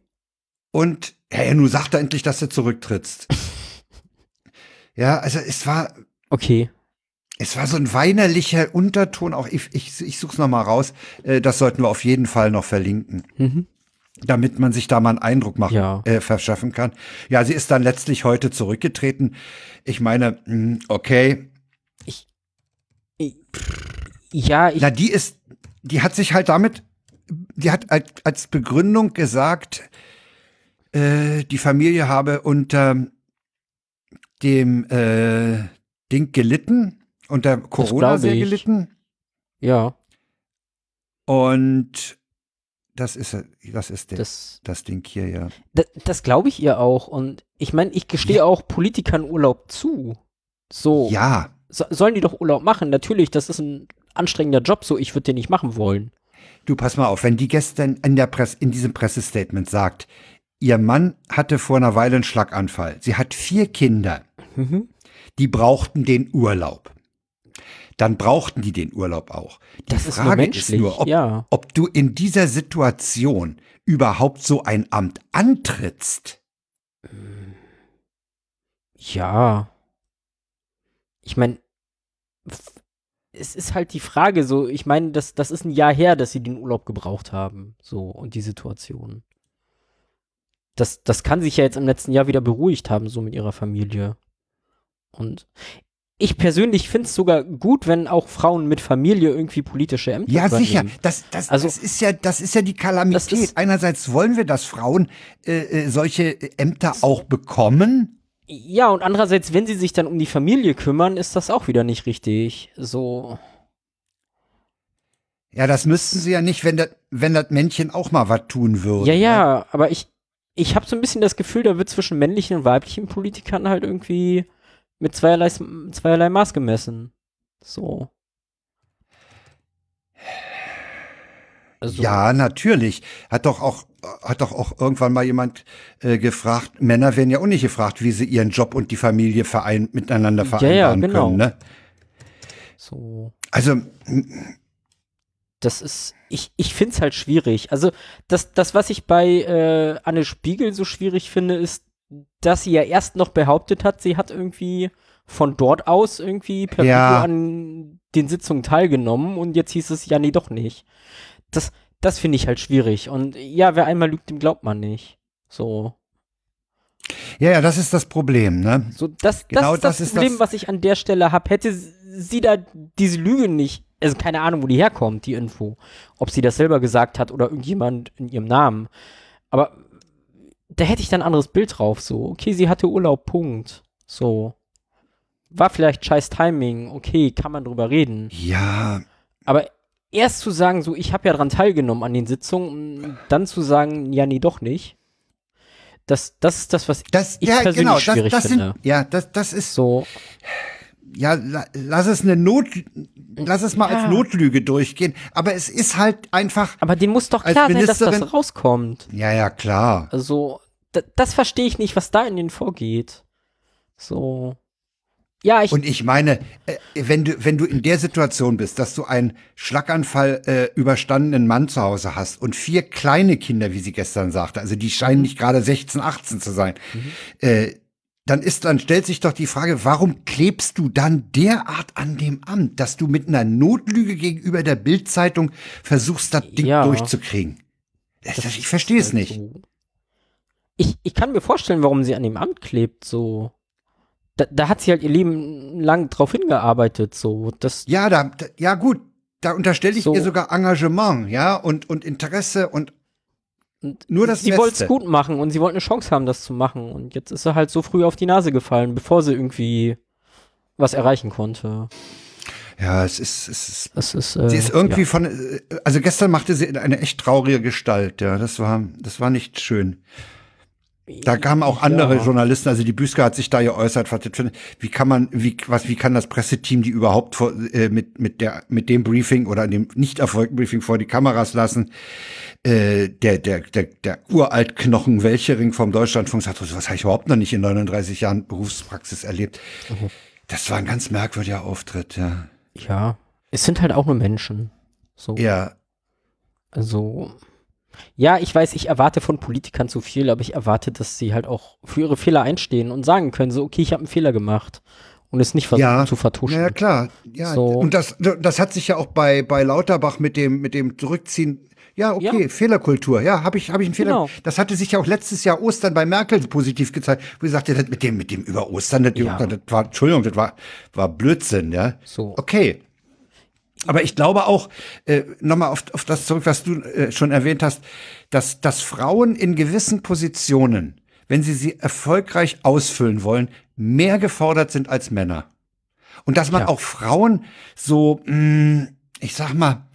Speaker 1: und hey, nun sag doch endlich, dass du zurücktrittst. ja, also es war,
Speaker 2: Okay.
Speaker 1: es war so ein weinerlicher Unterton. Auch ich, ich, ich such's noch mal raus. Äh, das sollten wir auf jeden Fall noch verlinken,
Speaker 2: Mhm.
Speaker 1: damit man sich da mal einen Eindruck machen,
Speaker 2: Ja.
Speaker 1: äh, verschaffen kann. Ja, sie ist dann letztlich heute zurückgetreten. Ich meine, mh, okay,
Speaker 2: Ja, ich,
Speaker 1: Na, die ist, die hat sich halt damit, die hat als, als Begründung gesagt, äh, die Familie habe unter dem äh, Ding gelitten, unter Corona
Speaker 2: glaub
Speaker 1: sehr
Speaker 2: ich.
Speaker 1: gelitten.
Speaker 2: ja,
Speaker 1: Und das ist, das ist der, das,
Speaker 2: das,
Speaker 1: Ding hier, ja.
Speaker 2: das, das glaube ich ihr auch. Und ich meine, ich gestehe auch Politikern Urlaub zu. So.
Speaker 1: Ja,
Speaker 2: so, sollen die doch Urlaub machen. Natürlich, das ist ein anstrengender Job, so ich würde den nicht machen wollen.
Speaker 1: Du pass mal auf, wenn die gestern in, der Presse, in diesem Pressestatement sagt, ihr Mann hatte vor einer Weile einen Schlaganfall. Sie hat vier Kinder.
Speaker 2: Mhm.
Speaker 1: Die brauchten den Urlaub. Dann brauchten die den Urlaub auch. Die
Speaker 2: Das ist nur
Speaker 1: Frage
Speaker 2: menschlich.
Speaker 1: ist nur, ob,
Speaker 2: ja,
Speaker 1: ob du in dieser Situation überhaupt so ein Amt antrittst.
Speaker 2: ja. Ich meine, es ist halt die Frage, so, ich meine, das, das ist ein Jahr her, dass sie den Urlaub gebraucht haben, so, und die Situation. Das, das kann sich ja jetzt im letzten Jahr wieder beruhigt haben, so mit ihrer Familie. Und ich persönlich finde es sogar gut, wenn auch Frauen mit Familie irgendwie politische Ämter
Speaker 1: Ja, sicher.
Speaker 2: übernehmen.
Speaker 1: Das, das,
Speaker 2: Also-
Speaker 1: das ist ja, das ist ja die Kalamität.
Speaker 2: Das ist-
Speaker 1: Einerseits wollen wir, dass Frauen äh, äh, solche Ämter auch bekommen.
Speaker 2: Ja, und andererseits, wenn sie sich dann um die Familie kümmern, ist das auch wieder nicht richtig. So,
Speaker 1: Ja, das müssten sie ja nicht, wenn das, wenn das Männchen auch mal was tun würde. ne?
Speaker 2: ja, ja, aber ich, ich habe so ein bisschen das Gefühl, da wird zwischen männlichen und weiblichen Politikern halt irgendwie mit zweierlei, zweierlei Maß gemessen. So. Also,
Speaker 1: Ja, natürlich. Hat doch auch hat doch auch irgendwann mal jemand äh, gefragt, Männer werden ja auch nicht gefragt, wie sie ihren Job und die Familie verein, miteinander
Speaker 2: Ja, ja,
Speaker 1: vereinbaren
Speaker 2: genau.
Speaker 1: können. Ne?
Speaker 2: So.
Speaker 1: Also m-
Speaker 2: Das ist, ich, ich finde es halt schwierig. Also, das, das, was ich bei äh, Anne Spiegel so schwierig finde, ist, dass sie ja erst noch behauptet hat, sie hat irgendwie von dort aus irgendwie per
Speaker 1: Ja.
Speaker 2: Video an den Sitzungen teilgenommen und jetzt hieß es ja, nee, doch nicht. Das, das finde ich halt schwierig. Und ja, wer einmal lügt, dem glaubt man nicht. So.
Speaker 1: ja, ja, das ist das Problem. Ne?
Speaker 2: So, das,
Speaker 1: Genau
Speaker 2: das ist das,
Speaker 1: das ist
Speaker 2: Problem,
Speaker 1: das-
Speaker 2: was ich an der Stelle habe. Hätte sie da diese Lüge nicht also keine Ahnung, wo die herkommt, die Info. Ob sie das selber gesagt hat oder irgendjemand in ihrem Namen. Aber da hätte ich dann ein anderes Bild drauf, so. Okay, sie hatte Urlaub, Punkt. So. War vielleicht scheiß Timing, okay, kann man drüber reden.
Speaker 1: Ja,
Speaker 2: Aber erst zu sagen, so, ich habe ja dran teilgenommen an den Sitzungen, und dann zu sagen, ja, nee, doch nicht. Das, das ist das, was
Speaker 1: das,
Speaker 2: ich
Speaker 1: ja,
Speaker 2: persönlich
Speaker 1: genau, das,
Speaker 2: schwierig
Speaker 1: das
Speaker 2: finde.
Speaker 1: sind, ja, das, das ist,
Speaker 2: so,
Speaker 1: ja, la- lass es eine Not, lass es mal
Speaker 2: Ja.
Speaker 1: als Notlüge durchgehen, aber es ist halt einfach,
Speaker 2: aber denen muss doch
Speaker 1: Als
Speaker 2: klar sein, dass
Speaker 1: Ministerin-
Speaker 2: das rauskommt.
Speaker 1: ja, ja, klar.
Speaker 2: Also, da, das verstehe ich nicht, was da in denen vorgeht. So. Ja, ich,
Speaker 1: Und ich meine, äh, wenn du, wenn du in der Situation bist, dass du einen Schlaganfall äh, überstandenen Mann zu Hause hast und vier kleine Kinder, wie sie gestern sagte, also die scheinen nicht gerade 16, 18 zu sein, äh, dann ist, dann stellt sich doch die Frage, warum klebst du dann derart an dem Amt, dass du mit einer Notlüge gegenüber der Bildzeitung versuchst, das Ding
Speaker 2: Ja.
Speaker 1: durchzukriegen? Das,
Speaker 2: Das
Speaker 1: ich verstehe es
Speaker 2: halt
Speaker 1: nicht.
Speaker 2: so. Ich, ich kann mir vorstellen, warum sie an dem Amt klebt, so. Da, da hat sie halt ihr Leben lang drauf hingearbeitet, so. Das,
Speaker 1: Ja, da, da, ja gut, da unterstelle ich
Speaker 2: So.
Speaker 1: ihr sogar Engagement, ja, und, und Interesse und nur das
Speaker 2: sie wollte
Speaker 1: Beste.
Speaker 2: es gut machen und sie wollte eine Chance haben, das zu machen. Und jetzt ist sie halt so früh auf die Nase gefallen, bevor sie irgendwie was erreichen konnte.
Speaker 1: Ja, es ist, es ist
Speaker 2: Das ist, äh,
Speaker 1: Sie ist irgendwie von, äh, also gestern machte sie eine echt traurige Gestalt, ja, das war, das war nicht schön.
Speaker 2: ja.
Speaker 1: Da kamen auch andere
Speaker 2: Ja.
Speaker 1: Journalisten, also die Büsker hat sich da geäußert, was das für, wie kann man, wie, was, wie kann das Presseteam die überhaupt vor, äh, mit, mit der, mit dem Briefing oder dem nicht erfolgten Briefing vor die Kameras lassen? Äh, der, der, der, der Uraltknochen Welchering vom Deutschlandfunk sagt, was habe ich überhaupt noch nicht in 39 Jahren Berufspraxis erlebt. Das war ein ganz merkwürdiger Auftritt, ja.
Speaker 2: Ja. Es sind halt auch nur Menschen. So.
Speaker 1: Ja,
Speaker 2: Also, ja, ich weiß, ich erwarte von Politikern zu viel, aber ich erwarte, dass sie halt auch für ihre Fehler einstehen und sagen können, so, okay, ich habe einen Fehler gemacht und es nicht versuchen
Speaker 1: Ja.
Speaker 2: zu vertuschen.
Speaker 1: Ja, ja klar. Ja.
Speaker 2: So.
Speaker 1: Und das, das hat sich ja auch bei, bei Lauterbach mit dem, mit dem Zurückziehen. Ja, okay,
Speaker 2: Ja.
Speaker 1: Fehlerkultur. Ja, habe ich, hab ich einen Fehler.
Speaker 2: Genau.
Speaker 1: Das hatte sich ja auch letztes Jahr Ostern bei Merkel positiv gezeigt, wo sie sagte, das mit dem, mit dem über Ostern, das,
Speaker 2: Ja.
Speaker 1: das war, Entschuldigung, das war, war Blödsinn, ja.
Speaker 2: So.
Speaker 1: Okay. Aber ich glaube auch, äh, nochmal auf, auf das zurück, was du äh, schon erwähnt hast, dass, dass Frauen in gewissen Positionen, wenn sie sie erfolgreich ausfüllen wollen, mehr gefordert sind als Männer. Und dass man
Speaker 2: Ja.
Speaker 1: auch Frauen so, mh, ich sag mal,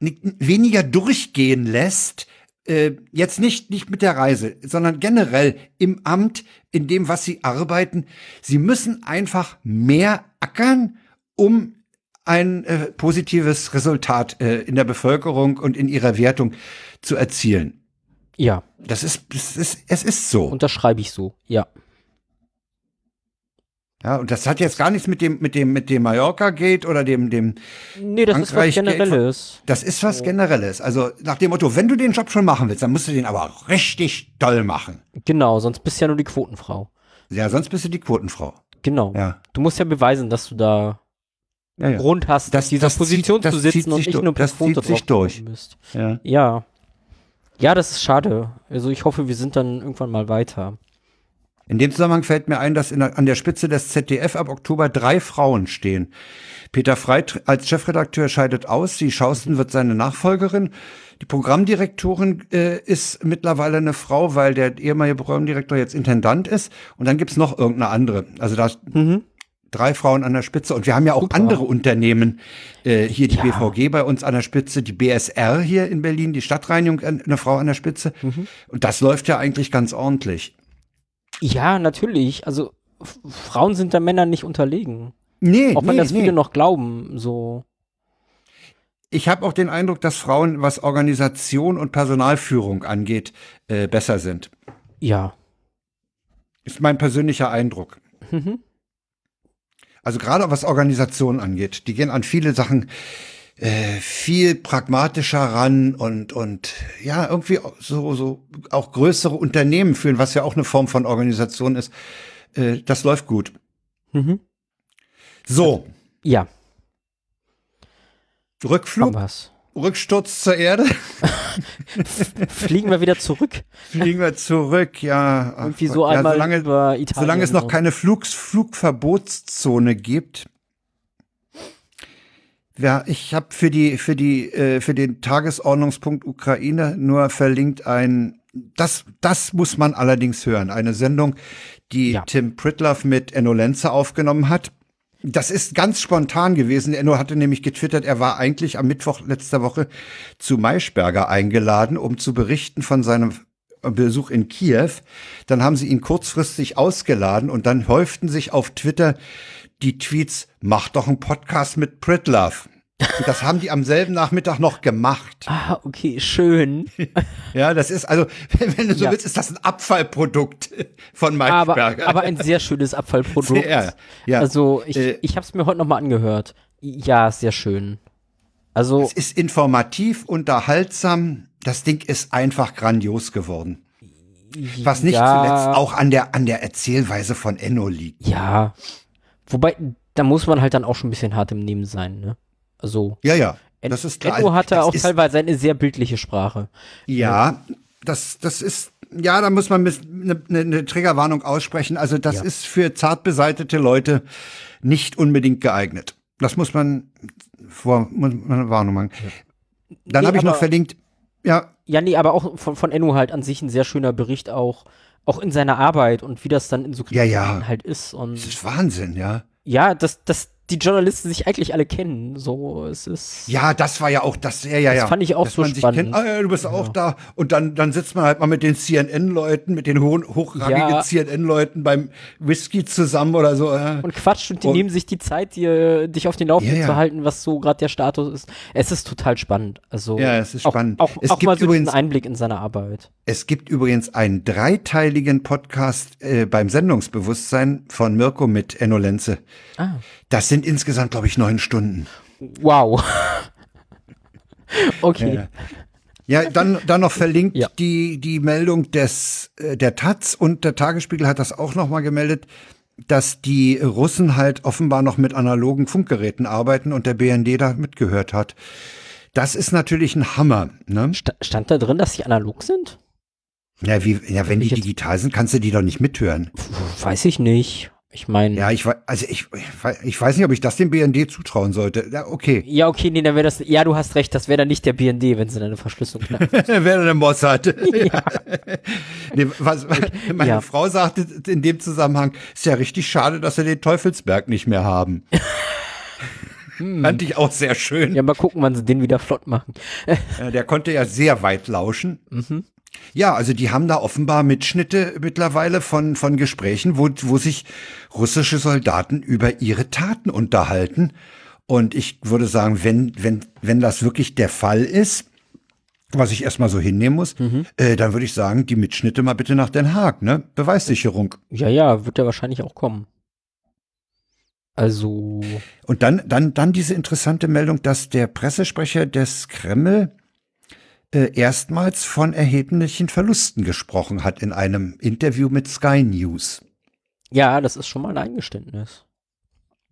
Speaker 1: ni- weniger durchgehen lässt, äh, jetzt nicht, nicht mit der Reise, sondern generell im Amt, in dem, was sie arbeiten. Sie müssen einfach mehr ackern, um ein äh, positives Resultat äh, in der Bevölkerung und in ihrer Wertung zu erzielen.
Speaker 2: Ja,
Speaker 1: Das ist, das ist es ist so.
Speaker 2: unterschreibe ich so. Ja.
Speaker 1: ja, und das hat jetzt gar nichts mit dem, mit dem, mit dem Mallorca-Gate oder dem, dem,
Speaker 2: Nee, das ist was
Speaker 1: Frankreich geht
Speaker 2: Generelles.
Speaker 1: Das ist was Generelles. Also nach dem Motto, wenn du den Job schon machen willst, dann musst du den aber auch richtig doll machen.
Speaker 2: Genau, sonst bist du ja nur die Quotenfrau.
Speaker 1: Ja, sonst bist du die Quotenfrau.
Speaker 2: Genau.
Speaker 1: Ja.
Speaker 2: Du musst ja beweisen, dass du da
Speaker 1: Ja, ja.
Speaker 2: Grund hast,
Speaker 1: Das-
Speaker 2: in dieser
Speaker 1: das zieht-
Speaker 2: Position
Speaker 1: das
Speaker 2: zu
Speaker 1: zieht
Speaker 2: sitzen und
Speaker 1: sich
Speaker 2: nicht
Speaker 1: durch.
Speaker 2: nur per
Speaker 1: Das
Speaker 2: Quote
Speaker 1: zieht sich durch.
Speaker 2: draufgekommen bist.
Speaker 1: ja.
Speaker 2: Ja. Ja, das ist schade. Also ich hoffe, wir sind dann irgendwann mal weiter.
Speaker 1: In dem Zusammenhang fällt mir ein, dass in der, an der Spitze des ZDF ab Oktober drei Frauen stehen. Peter Frey tr- als Chefredakteur scheidet aus, die Schausten wird seine Nachfolgerin. Die Programmdirektorin äh, ist mittlerweile eine Frau, weil der ehemalige Programmdirektor jetzt Intendant ist. Und dann gibt's noch irgendeine andere. Also da drei Frauen an der Spitze. Und wir haben ja auch andere Unternehmen. Äh, hier die BVG bei uns an der Spitze, die BSR hier in Berlin, die Stadtreinigung, an- eine Frau an der Spitze. Und das läuft ja eigentlich ganz ordentlich.
Speaker 2: Ja, natürlich. Also F- Frauen sind da Männern nicht unterlegen.
Speaker 1: Nee,
Speaker 2: Auch
Speaker 1: nee,
Speaker 2: wenn das
Speaker 1: nee.
Speaker 2: viele noch glauben, so.
Speaker 1: Ich habe auch den Eindruck, dass Frauen, was Organisation und Personalführung angeht, äh, besser sind.
Speaker 2: Ja.
Speaker 1: Ist mein persönlicher Eindruck.
Speaker 2: Mhm.
Speaker 1: Also gerade was Organisation angeht, die gehen an viele Sachen äh, viel pragmatischer ran und und ja irgendwie auch so so auch größere Unternehmen führen, was ja auch eine Form von Organisation ist. Äh, das läuft gut.
Speaker 2: Mhm.
Speaker 1: So
Speaker 2: Ja, haben
Speaker 1: Rückflug,
Speaker 2: wir's.
Speaker 1: Rücksturz zur Erde,
Speaker 2: Fliegen wir wieder zurück.
Speaker 1: fliegen wir zurück. Ja, ach
Speaker 2: Irgendwie
Speaker 1: Gott,
Speaker 2: so
Speaker 1: ja,
Speaker 2: einmal
Speaker 1: solange,
Speaker 2: über Italien.
Speaker 1: Solange es noch
Speaker 2: so.
Speaker 1: keine Flugs Flugverbotszone gibt, Ja, ich habe für die für die äh, für den Tagesordnungspunkt Ukraine nur verlinkt ein das das muss man allerdings hören eine Sendung die
Speaker 2: Ja.
Speaker 1: Tim Pritloff mit Enno Lenze aufgenommen hat. Das ist ganz spontan gewesen. Enno hatte nämlich getwittert, er war eigentlich am Mittwoch letzter Woche zu Maischberger eingeladen, um zu berichten von seinem Besuch in Kiew. Dann haben sie ihn kurzfristig ausgeladen und dann häuften sich auf Twitter die Tweets, mach doch einen Podcast mit Pritlove. Und das haben die am selben Nachmittag noch gemacht.
Speaker 2: Ah, okay, schön.
Speaker 1: Ja, das ist also, wenn du so
Speaker 2: Ja.
Speaker 1: willst, ist das ein Abfallprodukt von Maischberger.
Speaker 2: Aber, aber ein sehr schönes Abfallprodukt.
Speaker 1: Sehr, ja.
Speaker 2: Also, ich,
Speaker 1: Äh.
Speaker 2: ich habe es mir heute nochmal angehört. Ja, sehr schön. Also,
Speaker 1: Es ist informativ, unterhaltsam. Das Ding ist einfach grandios geworden. Was nicht
Speaker 2: ja,
Speaker 1: zuletzt auch an der, an der Erzählweise von Enno liegt.
Speaker 2: Ja. Wobei, da muss man halt dann auch schon ein bisschen hart im Nehmen sein, ne? Also,
Speaker 1: Ja, ja.
Speaker 2: En-
Speaker 1: Das ist klar.
Speaker 2: Enno hatte
Speaker 1: das
Speaker 2: auch
Speaker 1: ist,
Speaker 2: teilweise eine sehr bildliche Sprache.
Speaker 1: Ja, das, das ist, ja, da muss man eine ne, ne Triggerwarnung aussprechen. Also, das
Speaker 2: Ja.
Speaker 1: ist für zart beseitete Leute nicht unbedingt geeignet. Das muss man vor, muss man eine Warnung machen. Dann
Speaker 2: Nee,
Speaker 1: habe ich noch
Speaker 2: aber-
Speaker 1: verlinkt, ja,
Speaker 2: Ja, nee, aber auch von, von Enno halt an sich ein sehr schöner Bericht auch, auch in seiner Arbeit und wie das dann in so
Speaker 1: Ja, ja.
Speaker 2: Kriegsgebieten halt ist. Und
Speaker 1: das ist Wahnsinn, ja.
Speaker 2: ja, dass, dass die Journalisten sich eigentlich alle kennen. So, es ist.
Speaker 1: Ja, das war ja auch das, ja, ja,
Speaker 2: Das
Speaker 1: ja.
Speaker 2: fand ich auch
Speaker 1: Dass
Speaker 2: so
Speaker 1: man sich
Speaker 2: spannend.
Speaker 1: kennt, ah, ja, du bist auch da. Und dann, dann sitzt man halt mal mit den CNN-Leuten, mit den hohen, hochrangigen
Speaker 2: Ja.
Speaker 1: CNN-Leuten beim Whisky zusammen oder so. Ja.
Speaker 2: Und quatscht und die
Speaker 1: Und-
Speaker 2: nehmen sich die Zeit, dir, dich auf den Laufenden
Speaker 1: Ja, ja.
Speaker 2: zu halten, was so gerade der Status ist. Es ist total spannend. Also
Speaker 1: Ja, es ist
Speaker 2: auch,
Speaker 1: spannend.
Speaker 2: Auch,
Speaker 1: Es
Speaker 2: auch
Speaker 1: gibt
Speaker 2: mal so
Speaker 1: übrigens-
Speaker 2: diesen Einblick in seine Arbeit.
Speaker 1: Es gibt übrigens einen dreiteiligen Podcast äh, beim Sendungsbewusstsein von Mirko mit Enno Lenze.
Speaker 2: Ah.
Speaker 1: Das sind insgesamt, glaube ich, neun Stunden.
Speaker 2: Wow. okay.
Speaker 1: Ja. Ja, dann, dann noch verlinkt
Speaker 2: Ja.
Speaker 1: die, die Meldung des, äh, der Taz und der Tagesspiegel hat das auch nochmal gemeldet, dass die Russen halt offenbar noch mit analogen Funkgeräten arbeiten und der BND da mitgehört hat. Das ist natürlich ein Hammer. Ne?
Speaker 2: Sta- Stand da drin, dass sie analog sind?
Speaker 1: Ja, wie, ja, wenn die
Speaker 2: Ich jetzt-
Speaker 1: digital sind, kannst du die doch nicht mithören.
Speaker 2: Puh, weiß ich nicht. Ich meine.
Speaker 1: Ja, ich, wei- also ich, ich wei- ich weiß nicht, ob ich das dem BND zutrauen sollte. Ja, okay.
Speaker 2: Ja, okay, nee, dann wäre das. Ja, du hast recht, das wäre dann nicht der BND, wenn sie dann eine Verschlüsselung knacken.
Speaker 1: Wer denn Mossad? Ja. nee, was, meine
Speaker 2: Ja.
Speaker 1: Frau sagte in dem Zusammenhang, ist ja richtig schade, dass wir den Teufelsberg nicht mehr haben. Fand ich auch sehr schön.
Speaker 2: ja, mal gucken, wann sie den wieder flott machen.
Speaker 1: Äh, Der konnte ja sehr weit lauschen. Ja, also die haben da offenbar Mitschnitte mittlerweile von, von Gesprächen, wo, wo sich russische Soldaten über ihre Taten unterhalten. Und ich würde sagen, wenn, wenn, wenn das wirklich der Fall ist, was ich erstmal so hinnehmen muss, äh, dann würde ich sagen, die Mitschnitte mal bitte nach Den Haag, ne? Beweissicherung.
Speaker 2: Ja, ja, wird der wahrscheinlich auch kommen. Also.
Speaker 1: Und dann, dann, dann diese interessante Meldung, dass der Pressesprecher des Kreml äh, erstmals von erheblichen Verlusten gesprochen hat in einem Interview mit Sky News.
Speaker 2: Ja, das ist schon mal ein Eingeständnis.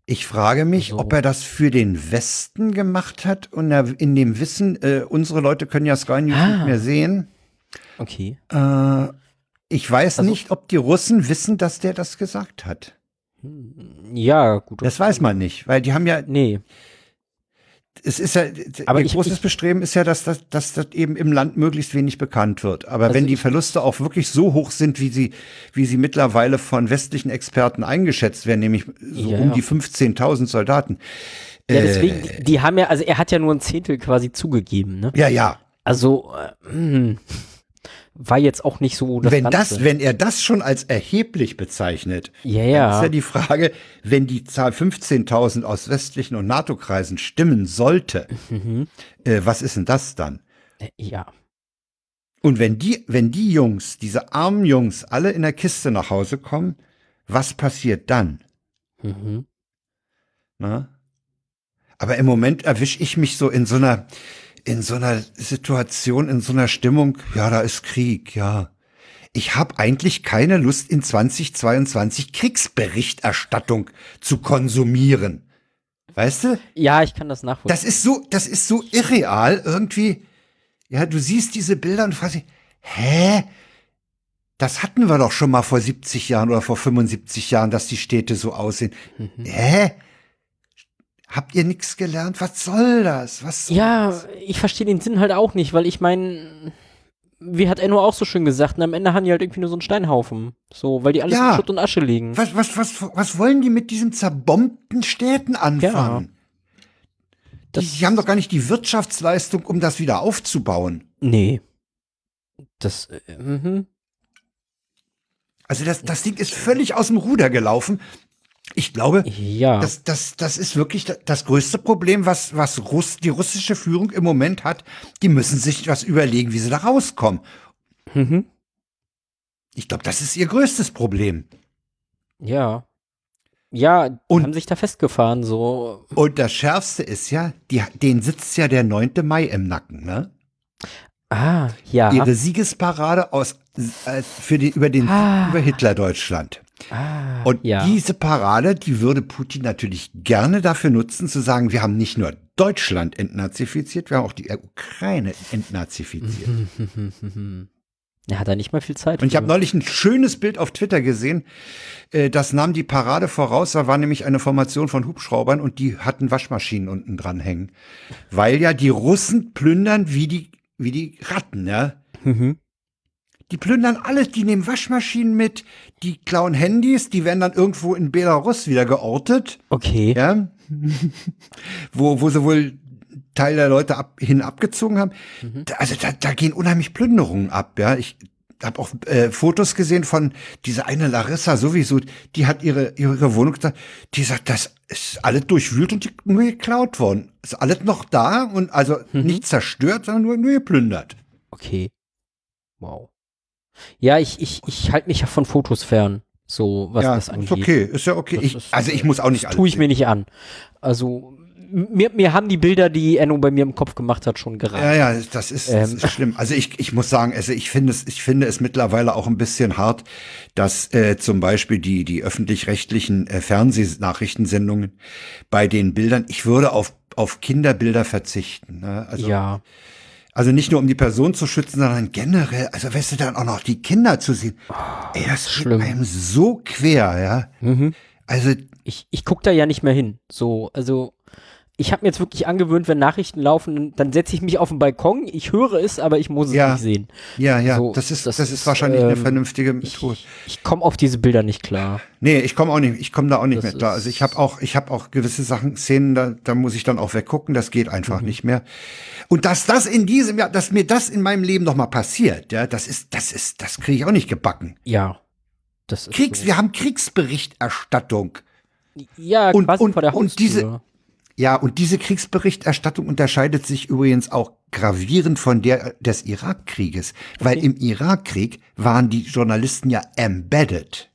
Speaker 1: Ich frage mich,
Speaker 2: Also-
Speaker 1: ob er das für den Westen gemacht hat und er in dem Wissen, äh, unsere Leute können ja Sky News
Speaker 2: Ah.
Speaker 1: nicht mehr sehen.
Speaker 2: Okay.
Speaker 1: Äh, ich weiß
Speaker 2: Also-
Speaker 1: nicht, ob die Russen wissen, dass der das gesagt hat.
Speaker 2: Ja, gut.
Speaker 1: Das weiß man nicht, weil die haben ja
Speaker 2: nee.
Speaker 1: es ist ja,
Speaker 2: Aber
Speaker 1: ihr
Speaker 2: ich-
Speaker 1: großes
Speaker 2: ich-
Speaker 1: Bestreben ist ja, dass das, dass das eben im Land möglichst wenig bekannt wird. Aber
Speaker 2: Also
Speaker 1: wenn die
Speaker 2: ich-
Speaker 1: Verluste auch wirklich so hoch sind, wie sie, wie sie mittlerweile von westlichen Experten eingeschätzt werden, nämlich so
Speaker 2: Ja,
Speaker 1: um
Speaker 2: ja.
Speaker 1: die 15.000 Soldaten. Äh.
Speaker 2: Ja, deswegen, die, die haben ja, also er hat ja nur ein Zehntel quasi zugegeben, ne?
Speaker 1: Ja, ja.
Speaker 2: Also, äh, hm, war jetzt auch nicht so das
Speaker 1: wenn
Speaker 2: Ganze.
Speaker 1: das, wenn er das schon als erheblich bezeichnet,
Speaker 2: ja,
Speaker 1: dann ist
Speaker 2: ja.
Speaker 1: ja die Frage, wenn die Zahl 15.000 aus westlichen und NATO-Kreisen stimmen sollte, äh, was ist denn das dann?
Speaker 2: Mhm. Äh, ja.
Speaker 1: Und wenn die, wenn die Jungs, diese armen Jungs, alle in der Kiste nach Hause kommen, was passiert dann?
Speaker 2: Mhm.
Speaker 1: Na? Aber im Moment erwische ich mich so in so einer, in so einer Situation, in so einer Stimmung, ja, da ist Krieg, ja. Ich habe eigentlich keine Lust, in 2022 Kriegsberichterstattung zu konsumieren. Weißt du?
Speaker 2: Ja, ich kann das nachvollziehen.
Speaker 1: Das ist so, das ist so irreal irgendwie. Ja, du siehst diese Bilder und fragst dich, hä? Das hatten wir doch schon mal vor
Speaker 2: Mhm.
Speaker 1: 70 Jahren oder vor 75 Jahren, dass die Städte so aussehen. Hä? Habt ihr nichts gelernt? Was soll das? Was soll
Speaker 2: Ja,
Speaker 1: das?
Speaker 2: ich verstehe den Sinn halt auch nicht, weil ich meine, wie hat Enno auch so schön gesagt, und am Ende haben die halt irgendwie nur so einen Steinhaufen. So, weil die alles
Speaker 1: Ja.
Speaker 2: in Schutt und Asche liegen.
Speaker 1: Was, was, was, was wollen die mit diesen zerbombten Städten anfangen?
Speaker 2: Genau. Das-
Speaker 1: die, die haben doch gar nicht die Wirtschaftsleistung, um das wieder aufzubauen.
Speaker 2: Nee. Das, äh, mhm.
Speaker 1: Also das, das Ding ist völlig aus dem Ruder gelaufen. Ich glaube,
Speaker 2: Ja.
Speaker 1: Das, das, das ist wirklich da- das größte Problem, was, was Russ, die russische Führung im Moment hat. Die müssen sich was überlegen, wie sie da rauskommen.
Speaker 2: mhm.
Speaker 1: Ich glaube, das ist ihr größtes Problem.
Speaker 2: Ja. Ja, die
Speaker 1: Und-
Speaker 2: haben sich da festgefahren, so.
Speaker 1: Und das Schärfste ist ja, die, denen sitzt ja der 9. Mai im Nacken. Ne?
Speaker 2: Ah, ja.
Speaker 1: Ihre Siegesparade aus, äh, für die, über, den,
Speaker 2: Ah.
Speaker 1: über Hitler-Deutschland.
Speaker 2: ah,
Speaker 1: Und
Speaker 2: ja.
Speaker 1: diese Parade, die würde Putin natürlich gerne dafür nutzen, zu sagen, wir haben nicht nur Deutschland entnazifiziert, wir haben auch die Ukraine entnazifiziert.
Speaker 2: Er hat da nicht mal viel Zeit.
Speaker 1: Und ich habe
Speaker 2: für.
Speaker 1: neulich ein schönes Bild auf Twitter gesehen. äh, Das nahm die Parade voraus. Da war nämlich eine Formation von Hubschraubern und die hatten Waschmaschinen unten dran hängen. Weil ja die Russen plündern wie die, wie die Ratten, ja.
Speaker 2: Mhm.
Speaker 1: Die plündern alles, die nehmen Waschmaschinen mit, die klauen Handys, die werden dann irgendwo in Belarus wieder geortet,
Speaker 2: Okay.
Speaker 1: ja. wo, wo sie wohl Teil der Leute ab, hin abgezogen haben.
Speaker 2: Mhm.
Speaker 1: Da- Also da, da gehen unheimlich Plünderungen ab, ja. Ich habe auch äh, Fotos gesehen von dieser eine Larissa sowieso, die hat ihre, ihre Wohnung da, die sagt, das ist alles durchwühlt und die, nur geklaut worden. Ist alles noch da und also
Speaker 2: Mhm.
Speaker 1: nicht zerstört, sondern nur, nur geplündert.
Speaker 2: Okay. Wow. Ja, ich, ich, ich halte mich ja von Fotos fern, so was das angeht.
Speaker 1: ist okay, ist ja okay.
Speaker 2: Das
Speaker 1: Ich,
Speaker 2: ist-
Speaker 1: also ich muss auch nicht alles
Speaker 2: Tue ich
Speaker 1: sehen.
Speaker 2: mir nicht an. Also, m- mir, mir haben die Bilder, die Enno bei mir im Kopf gemacht hat, schon gereicht.
Speaker 1: Ja, ja, das ist, das
Speaker 2: Ähm.
Speaker 1: ist schlimm. Also ich, ich muss sagen, also ich finde es, ich finde es mittlerweile auch ein bisschen hart, dass äh, zum Beispiel die, die öffentlich-rechtlichen äh, Fernsehnachrichtensendungen bei den Bildern, ich würde auf, auf Kinderbilder verzichten. Ne? Also,
Speaker 2: ja.
Speaker 1: also nicht nur um die Person zu schützen, sondern generell, also weißt du dann auch noch die Kinder zu sehen. Ey, das geht
Speaker 2: Ah, schlimm.
Speaker 1: einem so quer, ja.
Speaker 2: Mhm.
Speaker 1: Also
Speaker 2: Ich, ich gucke da ja nicht mehr hin. So, also, ich habe mir jetzt wirklich angewöhnt, wenn Nachrichten laufen, dann setze ich mich auf den Balkon, ich höre es, aber ich muss es
Speaker 1: Ja.
Speaker 2: nicht sehen.
Speaker 1: ja, ja,
Speaker 2: So,
Speaker 1: das ist,
Speaker 2: das
Speaker 1: das,
Speaker 2: ist,
Speaker 1: ist wahrscheinlich eine
Speaker 2: ähm,
Speaker 1: vernünftige
Speaker 2: Ich,
Speaker 1: Methode.
Speaker 2: ich komme auf diese Bilder nicht klar.
Speaker 1: Nee, ich komme auch nicht, ich komme da auch nicht mehr
Speaker 2: Das
Speaker 1: klar.
Speaker 2: ist-
Speaker 1: Also ich habe auch, ich habe auch gewisse Sachen, Szenen, da, da muss ich dann auch weggucken, das geht einfach
Speaker 2: Mhm.
Speaker 1: nicht mehr. Und dass das in diesem Jahr, dass mir das in meinem Leben nochmal passiert, ja, das ist, das ist, das kriege ich auch nicht gebacken.
Speaker 2: Ja. Das ist
Speaker 1: Kriegs,
Speaker 2: so.
Speaker 1: wir haben Kriegsberichterstattung.
Speaker 2: Ja,
Speaker 1: Und-
Speaker 2: quasi
Speaker 1: und-
Speaker 2: vor der Haustür.
Speaker 1: und diese- Ja, und diese Kriegsberichterstattung unterscheidet sich übrigens auch gravierend von der des Irakkrieges, weil im Irakkrieg waren die Journalisten ja embedded.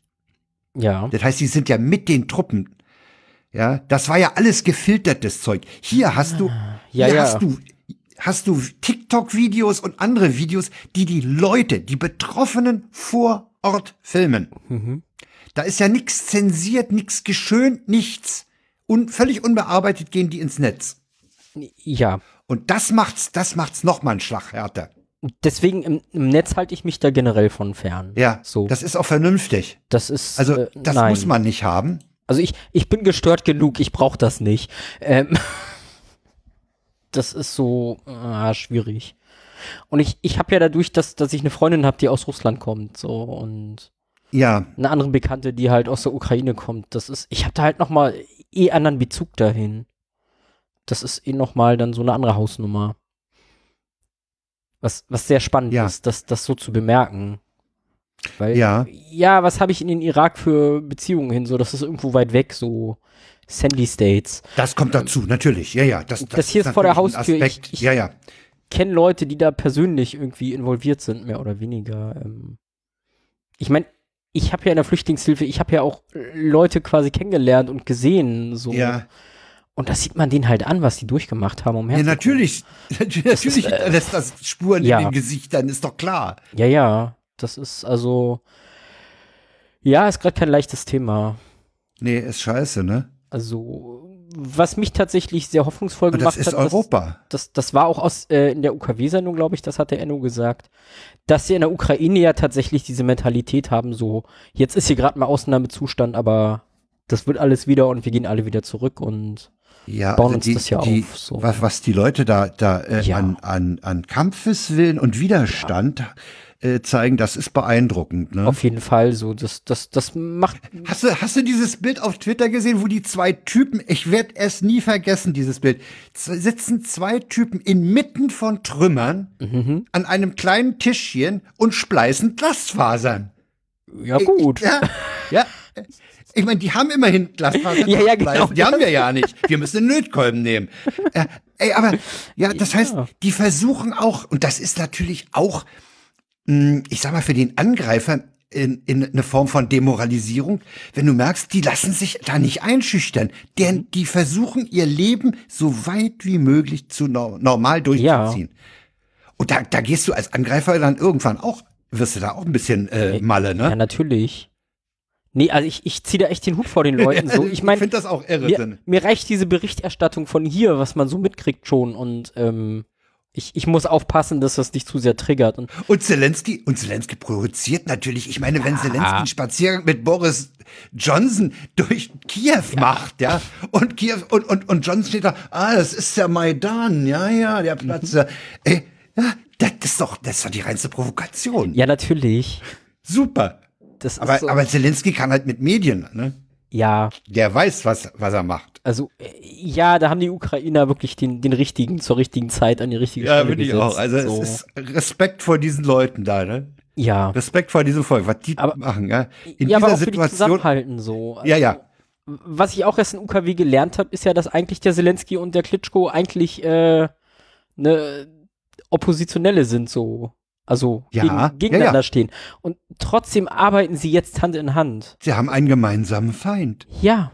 Speaker 2: ja.
Speaker 1: Das heißt, die sind ja mit den Truppen. Ja, das war ja alles gefiltertes Zeug. Hier hast du,
Speaker 2: Ah, ja,
Speaker 1: hier
Speaker 2: ja.
Speaker 1: hast du, hast du TikTok-Videos und andere Videos, die die Leute, die Betroffenen vor Ort filmen.
Speaker 2: Mhm.
Speaker 1: Da ist ja nichts zensiert, nichts geschönt, nichts. Und völlig unbearbeitet gehen die ins Netz.
Speaker 2: Ja.
Speaker 1: Und das macht's, das macht's noch mal einen Schlag härter.
Speaker 2: Deswegen im, im Netz halte ich mich da generell von fern.
Speaker 1: Ja,
Speaker 2: So. Das,
Speaker 1: das ist auch vernünftig.
Speaker 2: ist.
Speaker 1: Also,
Speaker 2: äh,
Speaker 1: das
Speaker 2: nein.
Speaker 1: muss man nicht haben.
Speaker 2: Also ich, ich bin gestört genug, ich brauche das nicht. Ähm, das ist so ah, schwierig. Und ich, ich habe ja dadurch, dass, dass ich eine Freundin habe, die aus Russland kommt, so und
Speaker 1: Ja,
Speaker 2: eine andere Bekannte, die halt aus der Ukraine kommt. Das ist, ich habe da halt noch mal eh anderen Bezug dahin. Das ist eh noch mal dann so eine andere Hausnummer. Was, was sehr spannend
Speaker 1: Ja.
Speaker 2: ist, das, das so zu bemerken. Weil
Speaker 1: ja.
Speaker 2: ja, was habe ich in den Irak für Beziehungen hin? So, das ist irgendwo weit weg, so Sandy States.
Speaker 1: Das kommt dazu, natürlich. Ja, ja. Das,
Speaker 2: das hier ist vor der
Speaker 1: natürlich ein
Speaker 2: Haustür. Ich-
Speaker 1: Aspekt.
Speaker 2: ich-
Speaker 1: ja, ja.
Speaker 2: Kennen Leute, die da persönlich irgendwie involviert sind, mehr oder weniger. Ähm, ich meine, ich habe ja in der Flüchtlingshilfe, ich habe ja auch äh, Leute quasi kennengelernt und gesehen, so.
Speaker 1: Ja,
Speaker 2: Und das sieht man denen halt an, was die durchgemacht haben, um
Speaker 1: ja
Speaker 2: herzukommen.
Speaker 1: natürlich. Natürlich, natürlich lässt das Spuren
Speaker 2: äh, ja.
Speaker 1: in den Gesichtern, ist doch klar.
Speaker 2: Ja, ja. Das ist also. Ja, ist gerade kein leichtes Thema.
Speaker 1: Nee, ist scheiße, ne?
Speaker 2: Also, was mich tatsächlich sehr hoffnungsvoll
Speaker 1: Und
Speaker 2: gemacht
Speaker 1: das ist
Speaker 2: hat, dass-
Speaker 1: Europa.
Speaker 2: das, das war auch aus, äh, in der UKW-Sendung, glaube ich, das hat der Enno gesagt, dass sie in der Ukraine ja tatsächlich diese Mentalität haben, so, jetzt ist hier gerade mal Ausnahmezustand, aber das wird alles wieder und wir gehen alle wieder zurück und
Speaker 1: Ja,
Speaker 2: bauen
Speaker 1: also
Speaker 2: uns
Speaker 1: die,
Speaker 2: das ja
Speaker 1: die,
Speaker 2: auf, so.
Speaker 1: Was, was die Leute da, da äh,
Speaker 2: Ja.
Speaker 1: an, an, an Kampfeswillen und Widerstand äh, zeigen, das ist beeindruckend. Ne?
Speaker 2: Auf jeden Fall so. Das, das, das macht.
Speaker 1: Hast du, hast du dieses Bild auf Twitter gesehen, wo die zwei Typen, ich werde es nie vergessen, dieses Bild, z- sitzen zwei Typen inmitten von Trümmern an einem kleinen Tischchen und spleißen Glasfasern.
Speaker 2: Ja, gut.
Speaker 1: Ja, ja. Ich meine, die haben immerhin Glasfasern.
Speaker 2: Ja, ja, genau.
Speaker 1: Die haben wir ja nicht. Wir müssen einen Lötkolben nehmen. Äh, ey, aber ja, das heißt, die versuchen auch, und das ist natürlich auch, mh, ich sag mal, für den Angreifer in, in eine Form von Demoralisierung, wenn du merkst, die lassen sich da nicht einschüchtern. Denn
Speaker 2: Mhm.
Speaker 1: die versuchen ihr Leben so weit wie möglich zu nor- normal durchzuziehen. Und da, da gehst du als Angreifer dann irgendwann auch, wirst du da auch ein bisschen äh, Malle, ne?
Speaker 2: Ja, natürlich. Nee, also ich, ich ziehe da echt den Hut vor den Leuten. So. Ich meine,
Speaker 1: finde also das auch irre.
Speaker 2: mir,
Speaker 1: Sinn.
Speaker 2: mir reicht diese Berichterstattung von hier, was man so mitkriegt schon. Und ähm, ich, ich muss aufpassen, dass das nicht zu sehr triggert. Und
Speaker 1: Und Zelensky, und Zelensky provoziert natürlich. Ich meine, wenn Zelensky einen Spaziergang mit Boris Johnson durch Kiew macht, ja, und Kiew und, und, und Johnson steht da, ah, das ist der Maidan, ja, ja,
Speaker 2: Mhm.
Speaker 1: der Platz da. Ey, ja, das ist doch, das ist doch die reinste Provokation.
Speaker 2: ja, natürlich.
Speaker 1: Super.
Speaker 2: Das
Speaker 1: Aber,
Speaker 2: ist so,
Speaker 1: aber Zelensky kann halt mit Medien, ne?
Speaker 2: ja,
Speaker 1: Der weiß, was, was er macht.
Speaker 2: also äh, ja, da haben die Ukrainer wirklich den, den richtigen zur richtigen Zeit an die richtige Stelle gesetzt.
Speaker 1: Also,
Speaker 2: so.
Speaker 1: Respekt vor diesen Leuten da, ne?
Speaker 2: ja,
Speaker 1: Respekt vor diesem Volk, was die
Speaker 2: Aber-
Speaker 1: machen, ja. In
Speaker 2: ja, aber
Speaker 1: dieser
Speaker 2: auch für die
Speaker 1: Situation.
Speaker 2: zusammenhalten so. Also,
Speaker 1: Ja, ja.
Speaker 2: was ich auch erst in UKW gelernt habe, ist ja, dass eigentlich der Zelensky und der Klitschko eigentlich äh, ne Oppositionelle sind so. Also
Speaker 1: Ja, ja,
Speaker 2: gegen, gegeneinander
Speaker 1: ja.
Speaker 2: stehen. Und trotzdem arbeiten sie jetzt Hand in Hand.
Speaker 1: Sie haben einen gemeinsamen Feind.
Speaker 2: Ja.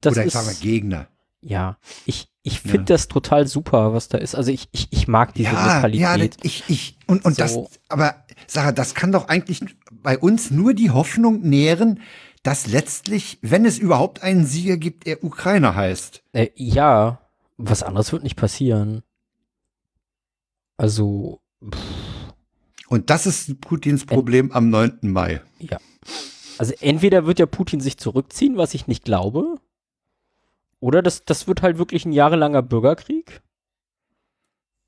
Speaker 2: Das
Speaker 1: Oder ich
Speaker 2: ist,
Speaker 1: sage mal Gegner.
Speaker 2: ja, ich, ich
Speaker 1: Ja.
Speaker 2: finde das total super, was da ist. Also ich, ich, ich mag diese
Speaker 1: Ja, ja,
Speaker 2: Mentalität.
Speaker 1: ich, ich, und, und
Speaker 2: So.
Speaker 1: das, aber Sarah, das kann doch eigentlich bei uns nur die Hoffnung nähren, dass letztlich, wenn es überhaupt einen Sieger gibt, er Ukrainer heißt.
Speaker 2: Äh, ja, was anderes wird nicht passieren. Also,
Speaker 1: Und das ist Putins Problem am 9. Mai.
Speaker 2: Ja. Also entweder wird ja Putin sich zurückziehen, was ich nicht glaube, oder das, das wird halt wirklich ein jahrelanger Bürgerkrieg,